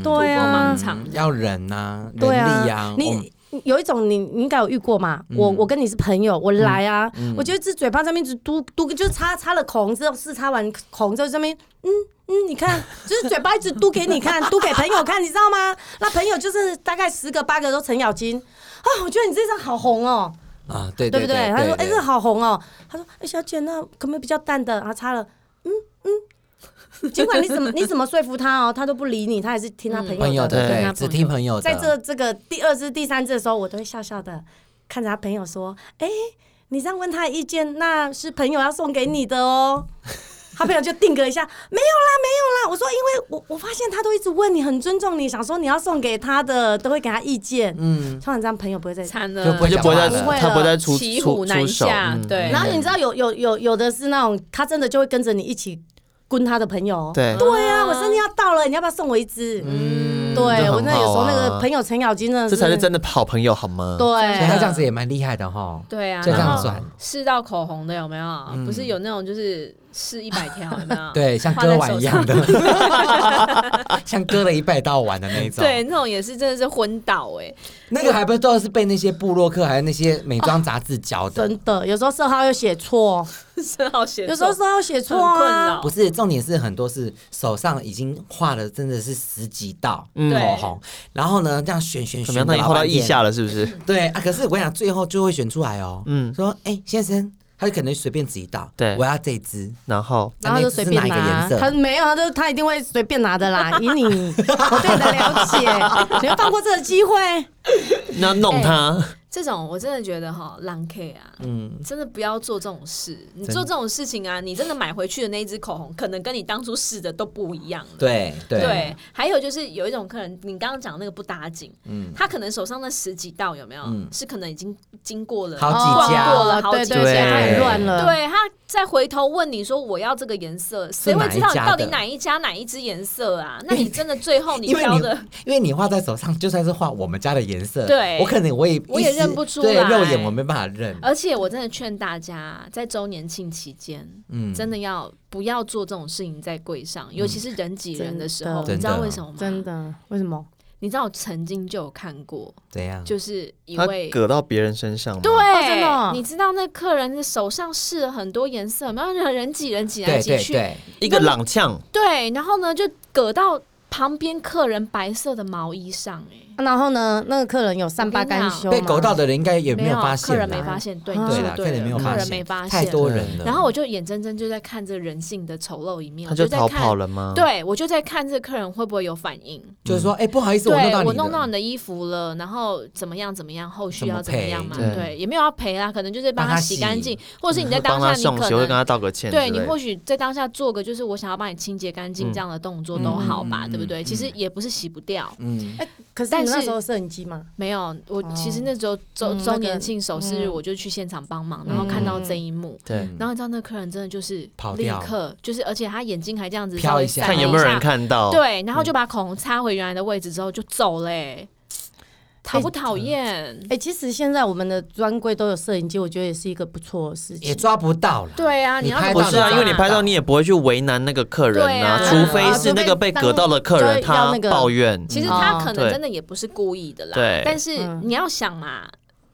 C: 对啊
E: 盲。场。
D: 要忍呐，
C: 对
D: 人
C: 啊，
D: 力啊，我们
C: 你有一种你你应该有遇过嘛？我我跟你是朋友，我来啊，我觉得这嘴巴上面只嘟嘟，就是擦擦了口红之后，试擦完口红之后上面。嗯嗯，你看，就是嘴巴一直嘟给你看，嘟给朋友看，你知道吗？那朋友就是大概十个八个都程咬金啊！我觉得你这张好红哦，
D: 啊，对
C: 对不
D: 对，
C: 对？他说：“哎，这个好红哦。”他说：“哎，小姐，那可不可以比较淡的？”然后擦了，嗯嗯。尽管你怎么你怎么说服他哦，他都不理你，他还是听他朋友
D: 嗯朋友
C: 的。
B: 对
D: 的，
E: 那
D: 对，只
E: 朋
D: 听
E: 友
D: 朋友的，
C: 在这这个第二次、第三次的时候，我都会笑笑的看着他朋友说：“哎、你这样问他的意见，那是朋友要送给你的
B: *laughs*
C: 哦。”他朋友就定格一下，没有啦，没有啦。我说，因为我我发现他都一直问你，很尊重你，想说你要送给他的，都会给他意见。
D: 嗯，
C: 通常这样朋友不会再。
E: 惨了，
D: 就不
B: 他
D: 会
B: 就不会再
D: 不
C: 会了
B: 他不会再啊出
E: 骑
B: 出
E: 虎
B: 出
E: 难
B: 手，
E: 下，
B: 嗯，
E: 对。
C: 然后你知道有有有有的是那种，他真的就会跟着你一起跟他的朋友哦。
B: 对，
E: 嗯
C: 对啊，我生日要到了，你要不要送我一支？嗯，对
B: 这
C: 我
B: 很
C: 那有时候
B: 好啊
C: 那个朋友程咬金真的
B: 这
C: 是，
B: 才是真的好朋友好吗？
D: 所以
C: 对
D: 他这样子也蛮厉害的哈。
E: 对啊，
D: 就这
E: 然
D: 样
E: 后
D: 转，
E: 试到口红的有没有？不是有那种就是试一百条有没有？
D: 嗯 *laughs* 对，像
E: 画啊在
D: 割腕一样
E: 手上。
D: 的， *laughs* 像割了一百道碗的那一种。
E: *laughs* 对，，那种也是真的是昏倒 *laughs* 哎、
D: 那个还不都是被那些布洛克还有那些美妆杂志教
E: 啊
D: 的。
C: 真的，有时候色号又写错，
E: 是好写作，
C: 有时候色号写错
E: 很困扰
C: 啊。
D: 不是，重点是很多是手上已经画了真的是十几道
B: 嗯
D: 口红，然后呢这样选选
B: 怎
D: 选
B: 么样？他已
D: 个
B: 经
D: 老
B: 后到
D: 半
B: 腋
D: 天，
B: 下了，是不是？
D: 对啊，可是我跟你讲，最后就会选出来哦。
B: 嗯
D: 嗯，说哎、先生，他就可能随便指一道，
B: 对
D: 我要这一支，
B: 然后
C: 然后就随便
D: 那那
C: 拿，他
D: 支哪一个颜色？
C: 没有，他就他一定会随便拿的啦。以
D: *laughs*
C: 你我对你的了解，你会放过这个机会？
B: 那弄他，
E: 这种我真的觉得哈，浪 K 啊，
D: 嗯，
E: 真的不要做这种事。你
D: 真
E: 做这种事情啊，你真的买回去的那一支口红，可能跟你当初试的都不一样了。
D: 对对
E: 对，还有就是有一种客人，你刚刚讲那个不搭紧，
D: 嗯
E: 他可能手上那十几道有没有，是可能已经经过了
D: 好
E: 逛
D: 几家
E: 过了好
C: 哦对
E: 几
C: 对
B: 对
C: 对，
E: 家，
C: 太乱了。
E: 对他再回头问你说我要这个颜色，谁会知道你到底哪一家哪一支颜色啊？那你真的最后你
D: 因为
E: 挑
D: 你
E: 的，
D: 因为你画在手上，就算是画我们家的颜色，
E: 对
D: 我可能我也
E: 我也
D: 一时
E: 认不出
D: 对，
E: 来呃
D: 肉眼我没办法认。
E: 而且我真的劝大家，在周年庆期间，
D: 嗯
E: 真的要不要做这种事情在柜上，尤其是人挤人的时候，
C: 真的
E: 你知道为什么吗？
C: 真，的，为什么？
E: 你知道我曾经就有看过，
D: 怎样？
E: 就是一
B: 他
E: 位。
B: 搁到别人身上吗，
E: 对，
C: 哦真的哦
E: 你知道那客人手上试了很多颜色，然后人挤人挤来
D: 对
E: 挤
D: 对
E: 去，
D: 对，
B: 一个朗呛，
E: 对然后呢就搁到旁边客人白色的毛衣上、哎，
C: 啊然后呢，那个客人有善罢甘休吗
D: 被狗到的人应该也没有发现
E: 客
D: 啦，
E: 人没发现，对，
C: 啊
E: 你
D: 对
E: 说
D: 啦，客
E: 对
D: 人没有
E: 客
D: 发
E: 人
D: 现
E: 没发，
D: 太
E: 现。
D: 多人了。
E: 然后我就眼睁睁就在看这人性的丑陋一面，
B: 他
E: 我
B: 就
E: 在
B: 逃
E: 看，
B: 跑了吗？，
E: 对我就在看这客人会不会有反应。
D: 就是说，哎，不好意思，
E: 嗯对
D: 弄到
E: 我
D: 你，
E: 弄到你，的衣服了，然后怎么样怎么样，后续要怎么样嘛？
D: 怎
B: 么赔
E: 对，也没有要赔啦，可能就是帮
D: 帮他
E: 洗
D: 洗
E: 干净，或者是你在当
B: 帮
E: 下
B: 他
E: 你
B: 送
E: 可
B: 鞋会跟
E: 能
B: 他道个歉之类
E: 对
B: 的，
E: 你或许在当下做个就是我想要帮你清洁干净这样的动作都好吧，
D: 嗯
E: 对对不对？其实也不是洗不掉，
D: 嗯，
C: 可是
E: 但
C: 你
E: 是
C: 那时候有摄影机嘛，
E: 没有，我
C: 哦
E: 其实那时候周
C: 嗯那
E: 周
C: 个
E: 年庆首饰日，
C: 嗯
E: 我就去现场帮
D: 嗯
E: 忙，然后看到这一幕，
B: 对，
E: 然后你知道那客人真的就是
D: 跑
E: 立
D: 掉
E: 刻就是，而且他眼睛还这样子
D: 飘
E: 稍微
D: 一下
E: 闪
B: 看
E: 了
B: 有没有
E: 一
B: 人
E: 下，
B: 看到，
E: 对，然后就把口红插回原来的位置之后就走嘞、讨不讨厌？
C: 哎、其实现在我们的专柜都有摄影机，我觉得也是一个不错的事
D: 也
C: 情。
D: 抓不到了。
E: 对啊，
D: 你
E: 你要
D: 拍
E: 怎
B: 不
E: 么
D: 到
B: 是啊，
E: 办
B: 因为你拍到你也不会去为难那个客人
E: 对啊
B: 除
C: 哦
B: 非是那个被隔到的客人
C: 啊除非当
B: 他抱怨，
E: 其实
C: 嗯
E: 他
C: 哦
E: 可能
B: 对
E: 真的也不是故意的啦，
B: 对
E: 但是
C: 嗯
E: 你要想嘛，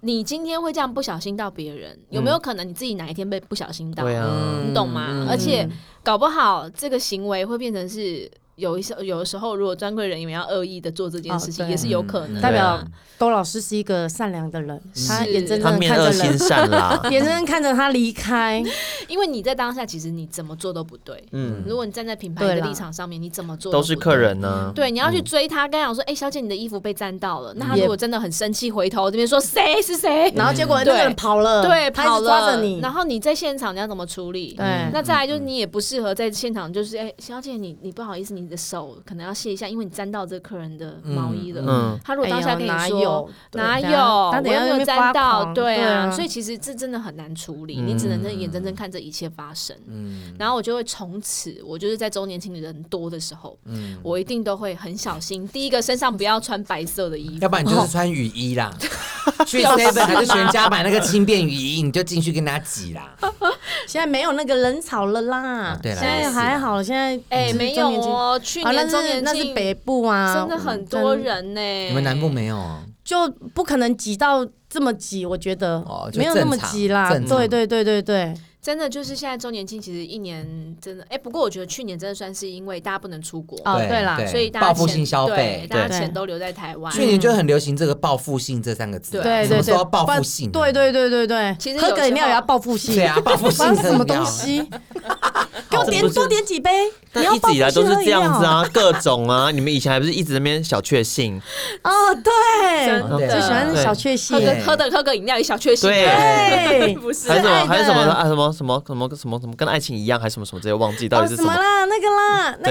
E: 你今天会这样不小心到别人，有没有可能你自己哪一天被不小心到？
B: 对啊
D: 嗯
E: 你懂吗而且搞不好这个行为会变成是有一些有的时候，如果专柜人员要恶意的做这件事情，
C: 哦对
E: 也是有可能的。
C: 代表
B: 对啊
C: 周老师是一个善良的人，他
E: 是
C: 眼睁
B: 他
C: 睁地
B: 面
C: 看着
B: 恶心
C: 人，
B: 善
C: *laughs*，
B: 啦
C: 眼睁睁看着他离开。
E: 因为你在当下，其实你怎么做都不对。
B: 嗯，
E: 如果你站在品牌
C: 对
E: 的
C: 啦
E: 立场上面，你怎么做
B: 都
E: 不
B: 是
E: 对
B: 客。人啊嗯呢，
E: 对，你要去追他，跟他讲说，哎、小姐，你的衣服被沾到了。那他
C: 也
E: 如果真的很生气，回头这边说谁是谁，
C: 然后结果那个人嗯跑了，
E: 对，
C: 他一直
E: 跑了，
C: 抓着你，
E: 然后你在现场你要怎么处理？
C: 对，
E: 那再来
B: 嗯
E: 就是你也不适合在现场，就是哎、小姐你你不好意思，你的手可能要卸一下，因为你沾到这客人的毛衣了。
B: 嗯，
E: 他如果当下跟你
C: 哎呦
E: 说、
C: 哪有
E: 哪
C: 对
E: 有，
C: 他
E: 我
C: 等下
E: 又没
C: 在那
E: 有
C: 边
E: 沾
C: 抓
E: 到，
C: 狂
E: 对
C: 对啊
E: 啊，所以其实这真的很难处理，你只能真的眼睁睁看这一切发生。
D: 嗯
E: 然后我就会从此，我就是在周年庆人多的时候，
D: 嗯，
E: 我一定都会很小心。第一个身上不要穿白色的衣服
D: 要，不然你就是穿雨衣啦，
E: 哦
D: *laughs* 去 seven 还是全家买那个轻便雨衣，你就进去跟他挤啦。
C: 现在没有那个人潮了啦
D: 啊，对啦
C: 现在还好，现在
E: 哎、
C: 嗯
E: 没
C: 周
E: 有
C: 年庆
E: 哦，去
C: 啊，那
E: 年周
C: 是
E: 年
C: 那是
E: 庆、
C: 北部啊，
E: 真的很多人呢、
D: 你们南部没有哦？
C: 就不可能挤到这么挤，我觉得
D: 哦就
C: 没有那么
D: 正常
C: 挤啦，
D: 正常
C: 对对对对对，
E: 真的就是现在周年庆，其实一年真的，哎、不过我觉得去年真的算是因为大家不能出国，
C: 哦对啦
E: 所以大家
D: 报复
E: 钱
D: 性消
E: 对
D: 费。
E: 大
C: 对
E: 家钱都留在台湾。
D: 去年就很流行这个报复性这三个字，啊
E: 对
C: 嗯对
D: 什
C: 对
D: 么时
C: 对
D: 候，报复性啊？
C: 对对对对对，
E: 其实
C: 喝
E: 有
C: 个
E: 时
C: 饮料
E: 候
C: 也要报复性，
D: *laughs* 对啊，报复性啊
C: 发
D: 很
C: 生什么东
D: 妙？
C: 西？给我
B: 这
C: 点
B: 不是
C: 多点几杯，你
B: 但
C: 要
B: 一直以来
C: 报
B: 都
C: 复性
B: 是
C: 喝饮
B: 这样子
C: 料， *laughs*
B: 啊，各种啊，你们以前还不是一直在那边小确幸，
C: 哦，对
E: 真，
D: 的
C: 最喜欢
B: 对啊
C: 小确
E: 喝
C: 幸，
E: 个
D: 对
E: 喝的喝个饮料也小确幸，啊
B: 对
C: 对
E: *laughs* 不是
B: 还是什么
C: 爱的
B: 还是什么啊什么什么什么什么什么跟爱情一样，还是什么什么这些忘记到
C: 哦
B: 底是什
C: 什
B: 么
C: 么？啦，那个啦，那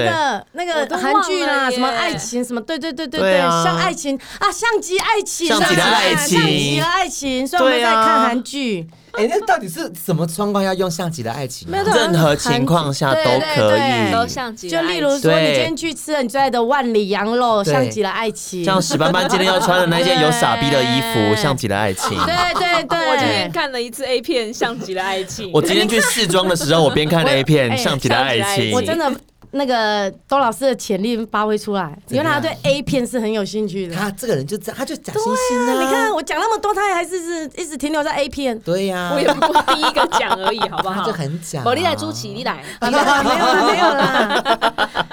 C: 个那
E: 我都
C: 个
E: 忘了
C: 韩剧啦，
E: 耶
C: 什么爱情什么，对对对对
B: 对啊
C: 像爱情啊，像极爱情，
B: 像极的爱情
C: 像极的爱情，虽然我们
B: 对
C: 在
B: 啊
C: 看韩剧，
D: 哎，那到底是什么状况要用像极的爱情啊？
C: 没有这
B: 任何情况下都可
C: 对对
E: 都
B: 以。
E: 像极了
C: 哎就例如
E: 爱情
C: 说，
B: 对
C: 你今天去吃了你最爱的万里羊肉，
D: 对
C: 像极了爱情，
B: 像史斑斑今天要穿的那件有傻逼的衣服，
C: 对
B: 像极了爱情。
C: 对对对，
E: 哦 *laughs* 我今天看了一次 A 片，像极了爱情。
B: 我今天去试妆的时候，我边看 A 片，
C: 哎
B: 像极了爱
E: 像极了爱情
B: 情。
C: 我真的那个周老师的潜力发挥出来，
D: 怎
C: 原
D: 样
C: 来他对 A 片是很有兴趣
B: 啊
C: 的。
D: 他这个人就这样，他就假惺
C: 对
D: 惺
C: 啊，
D: 啊。
C: 你看我讲那么多，他还是是一直停留在
B: *laughs*
C: A 片。
D: 对呀，
E: 我也不过第一个讲而已，好不
D: 他
E: 好？
D: 就很假。
E: 我你来朱启，你来，
C: *laughs* 没有啦，没有啦，没有啦，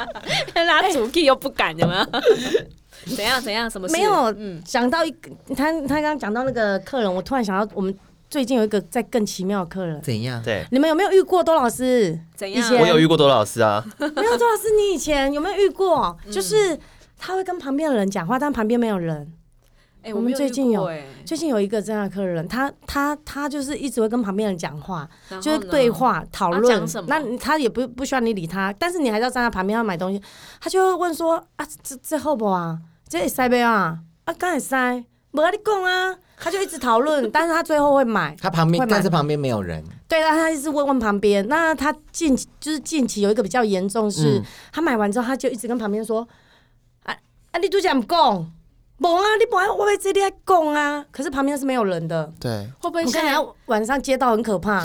E: 拉主 key 又不敢，有没 *laughs* 有？怎样怎样？什么事？
C: 没有
E: 嗯。
C: 讲到一个，他他刚刚讲到那个客人，我突然想到，我们最近有一个在更奇妙的客人，
D: 怎样？
B: 对，
C: 你们有没有遇过周老师？
E: 怎样
C: 以前
B: 我有遇过多老师啊，
C: 没有，周老师，你以前有没有遇过？就是他会跟旁边的人讲话，但旁边没有人。
E: 哎，
C: 我
E: 没
C: 们最近
E: 遇
C: 有
E: 过哎，
C: 最近有一个这样的客人，他他他就是一直会跟旁边人讲话，
E: 然后
C: 就是
E: 呢
C: 对话讨
E: 他
C: 论
E: 讲什。么
C: 那你他也不不需要你理他，但是你还是要站在旁边要买东西，他就会问说啊，这这好不啊？这会塞不啊？啊，敢会塞？没跟你讲啊，他就一直讨论，但是他最后会买。
D: 他旁
C: 会
D: 边，
C: 吗
D: 但是旁边没有人。
C: 对，但他一直问问旁边。那他近期就是近期有一个比较严重是，
B: 嗯
C: 他买完之后他就一直跟旁边说，啊啊，你都讲讲，无啊，你不爱我要这里爱讲啊，可是旁边是没有人的。
B: 对，
E: 会不会
C: 我
E: 现
C: 跟你
E: 在
C: 讲，晚上街道很可
E: *laughs*
C: 怕，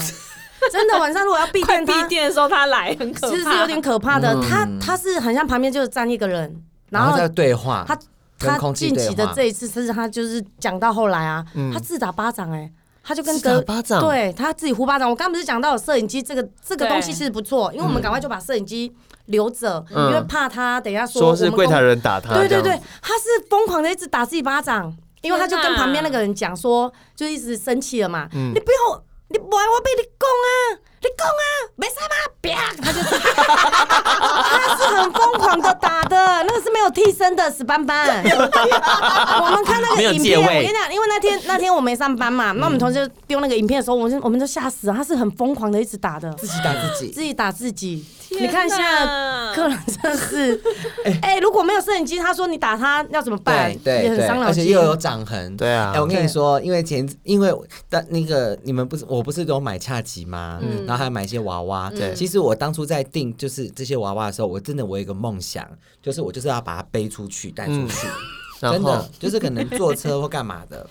C: 真的晚上如果要闭
E: 快
C: 店，
E: 闭
C: 它
E: 店的时候他来，很可怕。
C: 其实是有点可怕的。
D: 嗯
C: 他他是很像旁边就是站一个人，然
D: 然
C: 后
D: 后在对话，
C: 他
D: 跟
C: 他
D: 空气
C: 近
D: 对
C: 期的
D: 话
C: 这一次，甚至他就是讲到后来啊，他自打巴掌哎、他就跟隔
B: 打巴掌，
C: 对他自己呼巴掌。我刚不是讲到有摄影机这个这个
E: 对
C: 东西其实不错，因为我们赶快就把摄影机留着，
B: 嗯
C: 因为怕他等一下说
B: 说是柜台
C: 人。
B: 人打他，
C: 对对
B: 这
C: 对
B: 样，
C: 他是疯狂的一直打自己巴掌，因为他就
E: 天哪
C: 跟旁边那个人讲说，就一直生气了嘛。
B: 嗯
C: 你不要，你不爱我被你讲啊，你讲啊，没事嘛，啪，他就 *laughs*
B: *laughs*
C: 他是很疯狂的打的，那个是没有替身的史斑斑。我们看那那
B: 没有
C: 个影
B: 借
C: 片，我跟你
B: 位，嗯
C: 讲，因为那天那天我没上班嘛，那我们同事就丢那个影片的时候，我们就我们都吓死了，他是很疯狂的一直打的，
D: 自己打自己
C: 自。己打自己。
E: 天
C: 你看现在
E: 哪
C: 客人真的
D: *laughs*
C: 是，哎，如果没有摄影机，他说你打他要怎么办
D: 对？对
C: 也很
D: 对，
C: 伤脑
D: 而且
C: 筋
D: 又。有掌痕。
B: 对啊
D: 哎、我跟
C: 对
D: 你说，因为前因为但那个你们不是我不是都买恰吉吗？
C: 嗯
D: 然后还买一些娃娃。
B: 对
D: 其实我当初在订就是这些娃娃的时候，我真的我有一个梦想，就是我就是要把它背出去带出去。
B: 嗯 *laughs* 然
D: 真
B: 后
D: 的就是可能坐车或干嘛的。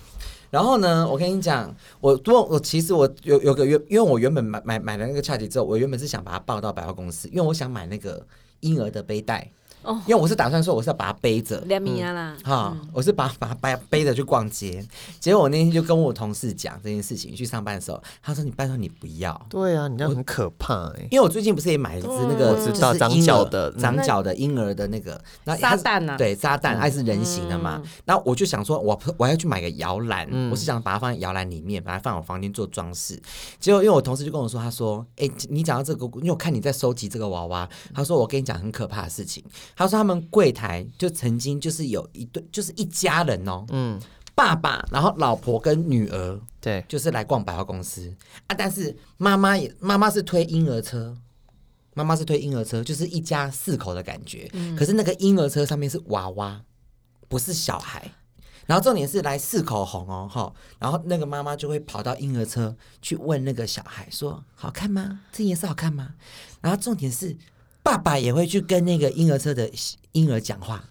D: 然后呢，我跟你讲，我多我其实我有有个原，因为我原本买买买了那个恰吉之后，我原本是想把它抱到百货公司，因为我想买那个婴儿的背带。
E: 哦
D: 因为我是打算说我是要把它背着，
E: 两米啊啦，
D: 哈、我是把把把背着去逛街，结果我那天就跟我同事讲这件事情，去上班的时候，他说你拜托你不要，
B: 对啊，你这样很可怕哎、
D: 因为我最近不是也买了一只那
C: 嗯
D: 个
B: 我知
D: 就是
B: 道
D: 婴
B: 长脚
D: 儿
B: 的嗯
D: 长脚的婴儿的那个，那它是
C: 撒旦啊嗯
D: 对撒旦，它是人形的嘛，然后我就想说我我要去买个摇篮，
B: 嗯
D: 我是想把它放在摇篮里面，把它放我房间做装饰，结果因为我同事就跟我说，他说，哎、你讲到这个，因为我看你在收集这个娃娃，他说我跟你讲很可怕的事情，他说他们柜台就曾经就是有一对，就是一家人哦，嗯，爸爸，然后老婆跟女儿。
B: 对，
D: 就是来逛百货公司啊，但是妈妈也妈妈是推婴儿车，妈妈是推婴儿车，就是一家四口的感觉。可是那个婴儿车上面是娃娃，不是小孩。然后重点是来四口红哦，哈，然后那个妈妈就会跑到婴儿车去问那个小孩说：“好看吗？这颜色好看吗？”然后重点是爸爸也会去跟那个婴儿车的婴儿讲话，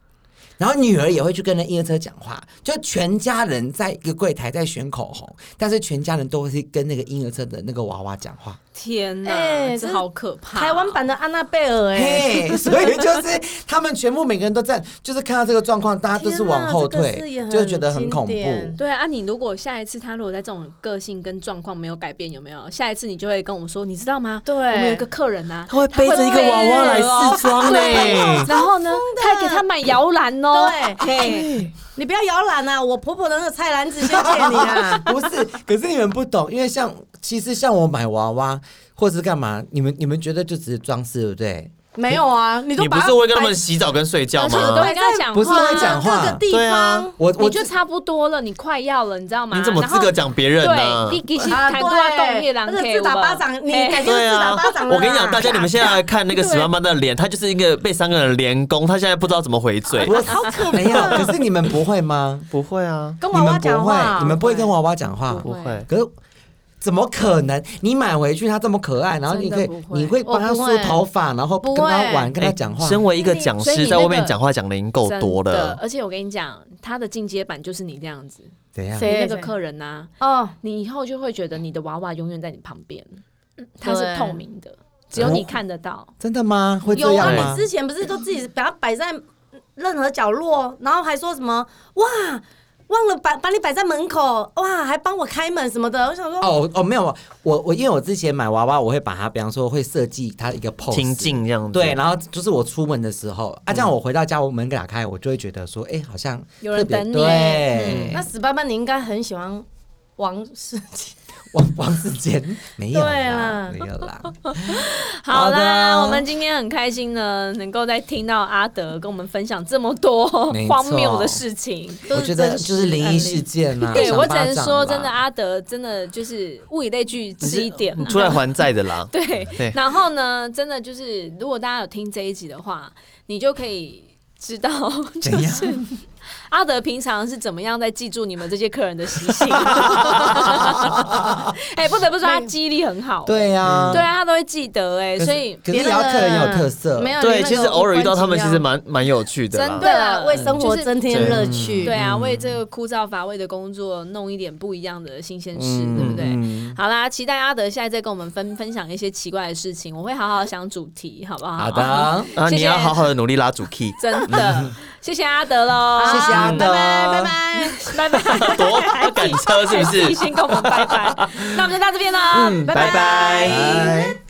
D: 然后女儿也会去跟那婴儿车讲话，就全家人在一个柜台在选口红，但是全家人都会去跟那个婴儿车的那个娃娃讲话。
E: 天哪，
C: 哎
E: 这
C: 这
E: 好可怕！
C: 台湾版的安娜贝尔，哎，
D: 嘿、所以就是他们全部每个人都在，就是看到这个状况，大家都是往后
C: 天哪这个是
D: 退
C: 也，很
D: 就觉得很恐
C: 经典
D: 怖。
E: 对啊，你如果下一次他如果在这种个性跟状况没有改变，有没有？下一次你就会跟我们说，你知道吗？
C: 对
E: 我们有一个客人啊，哦
B: 他会背着一个娃娃来试妆嘞，
E: 然后呢，他还给他
D: 啊
E: 买摇篮哦，对，
B: *laughs*
C: 你不要摇篮啊！我婆婆的那个菜篮子先借你
D: *laughs*！
C: 啊
D: 不是，可是你们不懂，因为像其实像我买娃娃或是干嘛，你们你们觉得就只是装饰，对不对？
C: 没有啊，你都
B: 你不
C: 把它
B: 是会跟他
C: 摆
B: 们洗澡跟睡觉
E: 而且我都
B: 吗？
E: 会跟他讲话，
D: 不是会讲话
C: 各个地
B: 对啊
C: 方，
D: 我我
E: 你就差不多了，你快要了，你知道吗？
B: 你怎么资格讲别人呢、
E: 对，你其实
C: 啊，
E: 谈多啊，动力狼
C: 那个自打巴掌，你
E: 哎
C: 改天就
B: 对
C: 自打
B: 啊
C: 巴掌，了啦。
B: 我跟你讲，大家你们现在看那个史妈妈的脸，她就是一个被三个人连攻，她现在不知道怎么回嘴。
D: 我好可没有，可是你们不会吗？
B: 不会啊，
C: 跟
D: 你
C: 娃娃
D: 们不
C: 讲话
D: 会，，你们不会跟娃娃讲话，
B: 不
E: 不
B: 会。
D: 可是怎么可能？你买回去它这么可爱，然后你可以
E: 真的不会
D: 你会帮它梳头发，然后跟
C: 不
D: 它
C: 会
D: 玩，跟它讲话
B: 哎。身为一个讲
E: 所以
B: 师，
E: 你
B: 在外面
E: 那个
B: 讲话讲的已经够多
E: 真的
B: 了。
E: 而且我跟你讲，他的进阶版就是你这样子，
D: 怎样？
E: 你
C: 谁
E: 那个客人啊呐、
C: 哦，
E: 你以后就会觉得你的娃娃永远在你旁边，
D: 嗯
E: 它是
C: 对
E: 透明的，只有你看得到。
D: 真的吗？会这
C: 有啊，
D: 样
C: 你
D: 吗？
C: 之前不是都自己把它摆在任何角落，然后还说什么哇，忘了把把你摆在门口，哇，还帮我开门什么的，我想说。
D: 哦哦，没有，我我因为我之前买娃娃，我会把它，比方说会设计它一个 pose，
B: 情境这样子，
D: 对，然后就是我出门的时候啊，这样我回到家，我门打开，我就会觉得说，哎，好像
E: 有人
D: 特别
E: 等你
D: 对，
C: 那史爸爸，你应该很喜欢王世杰，
D: 王 *laughs* 王世坚没有
C: 对
D: 啦
C: 啦，
D: 没有 *laughs* 啦。
E: 好
D: 好
E: 啦，
D: 的
E: 我们今天很开心呢，能够在听到阿德跟我们分享这么多
D: 没错
E: 荒谬的事情。
C: 都
D: 我觉得
C: 真实
D: 就是灵
C: 案例
D: 异事件啊，
E: 对
D: 赏
E: 我只
D: 巴
E: 能
D: 掌
E: 说，
D: 啦
E: 真的，阿德真的就是物以类聚，
B: 是
E: 之一 *laughs* 点、啊。
B: 出来还债的啦。
E: *laughs*
D: 嗯
E: 对，
B: 对
E: 然后呢，真的就是，如果大家有听这一集的话，你就可以知道， *laughs* 就
D: 怎样
E: 是阿德平常是怎么样在记住你们这些客人的习
D: *laughs*
E: 性。哎、不得不说，他记忆力很好、
D: 对呀，
E: 对啊，他都会记得哎、
D: 可是
E: 所以
D: 可是也要客人有特色，
C: 没有
B: 对，
C: 你那
B: 其
C: 个
B: 实偶尔遇到他们，其实
C: 无关紧要
B: 蛮蛮有趣的啦
E: 真。的
C: 对啦，为生活增添乐趣。
E: 对
D: 嗯
E: 啊，为这个枯燥乏味的工作弄一点不一样的新鲜事，
D: 嗯
E: 对不对？好啦，期待阿德下一次再跟我们分分享一些奇怪的事情，我会好好想主题，好不好？
D: 好的，
B: 啊，
E: 谢
B: 你
E: 谢
B: 要好好的努力拉主 key，
E: 真的，谢谢阿德喽，
D: 谢谢阿德，
C: 拜拜拜拜。
E: 拜拜，
B: 多赶车是不
E: 自
B: 是？嗯
E: 己 *laughs* 先跟我们拜拜，那我们就到这边了，
B: 嗯，拜拜。
D: 拜。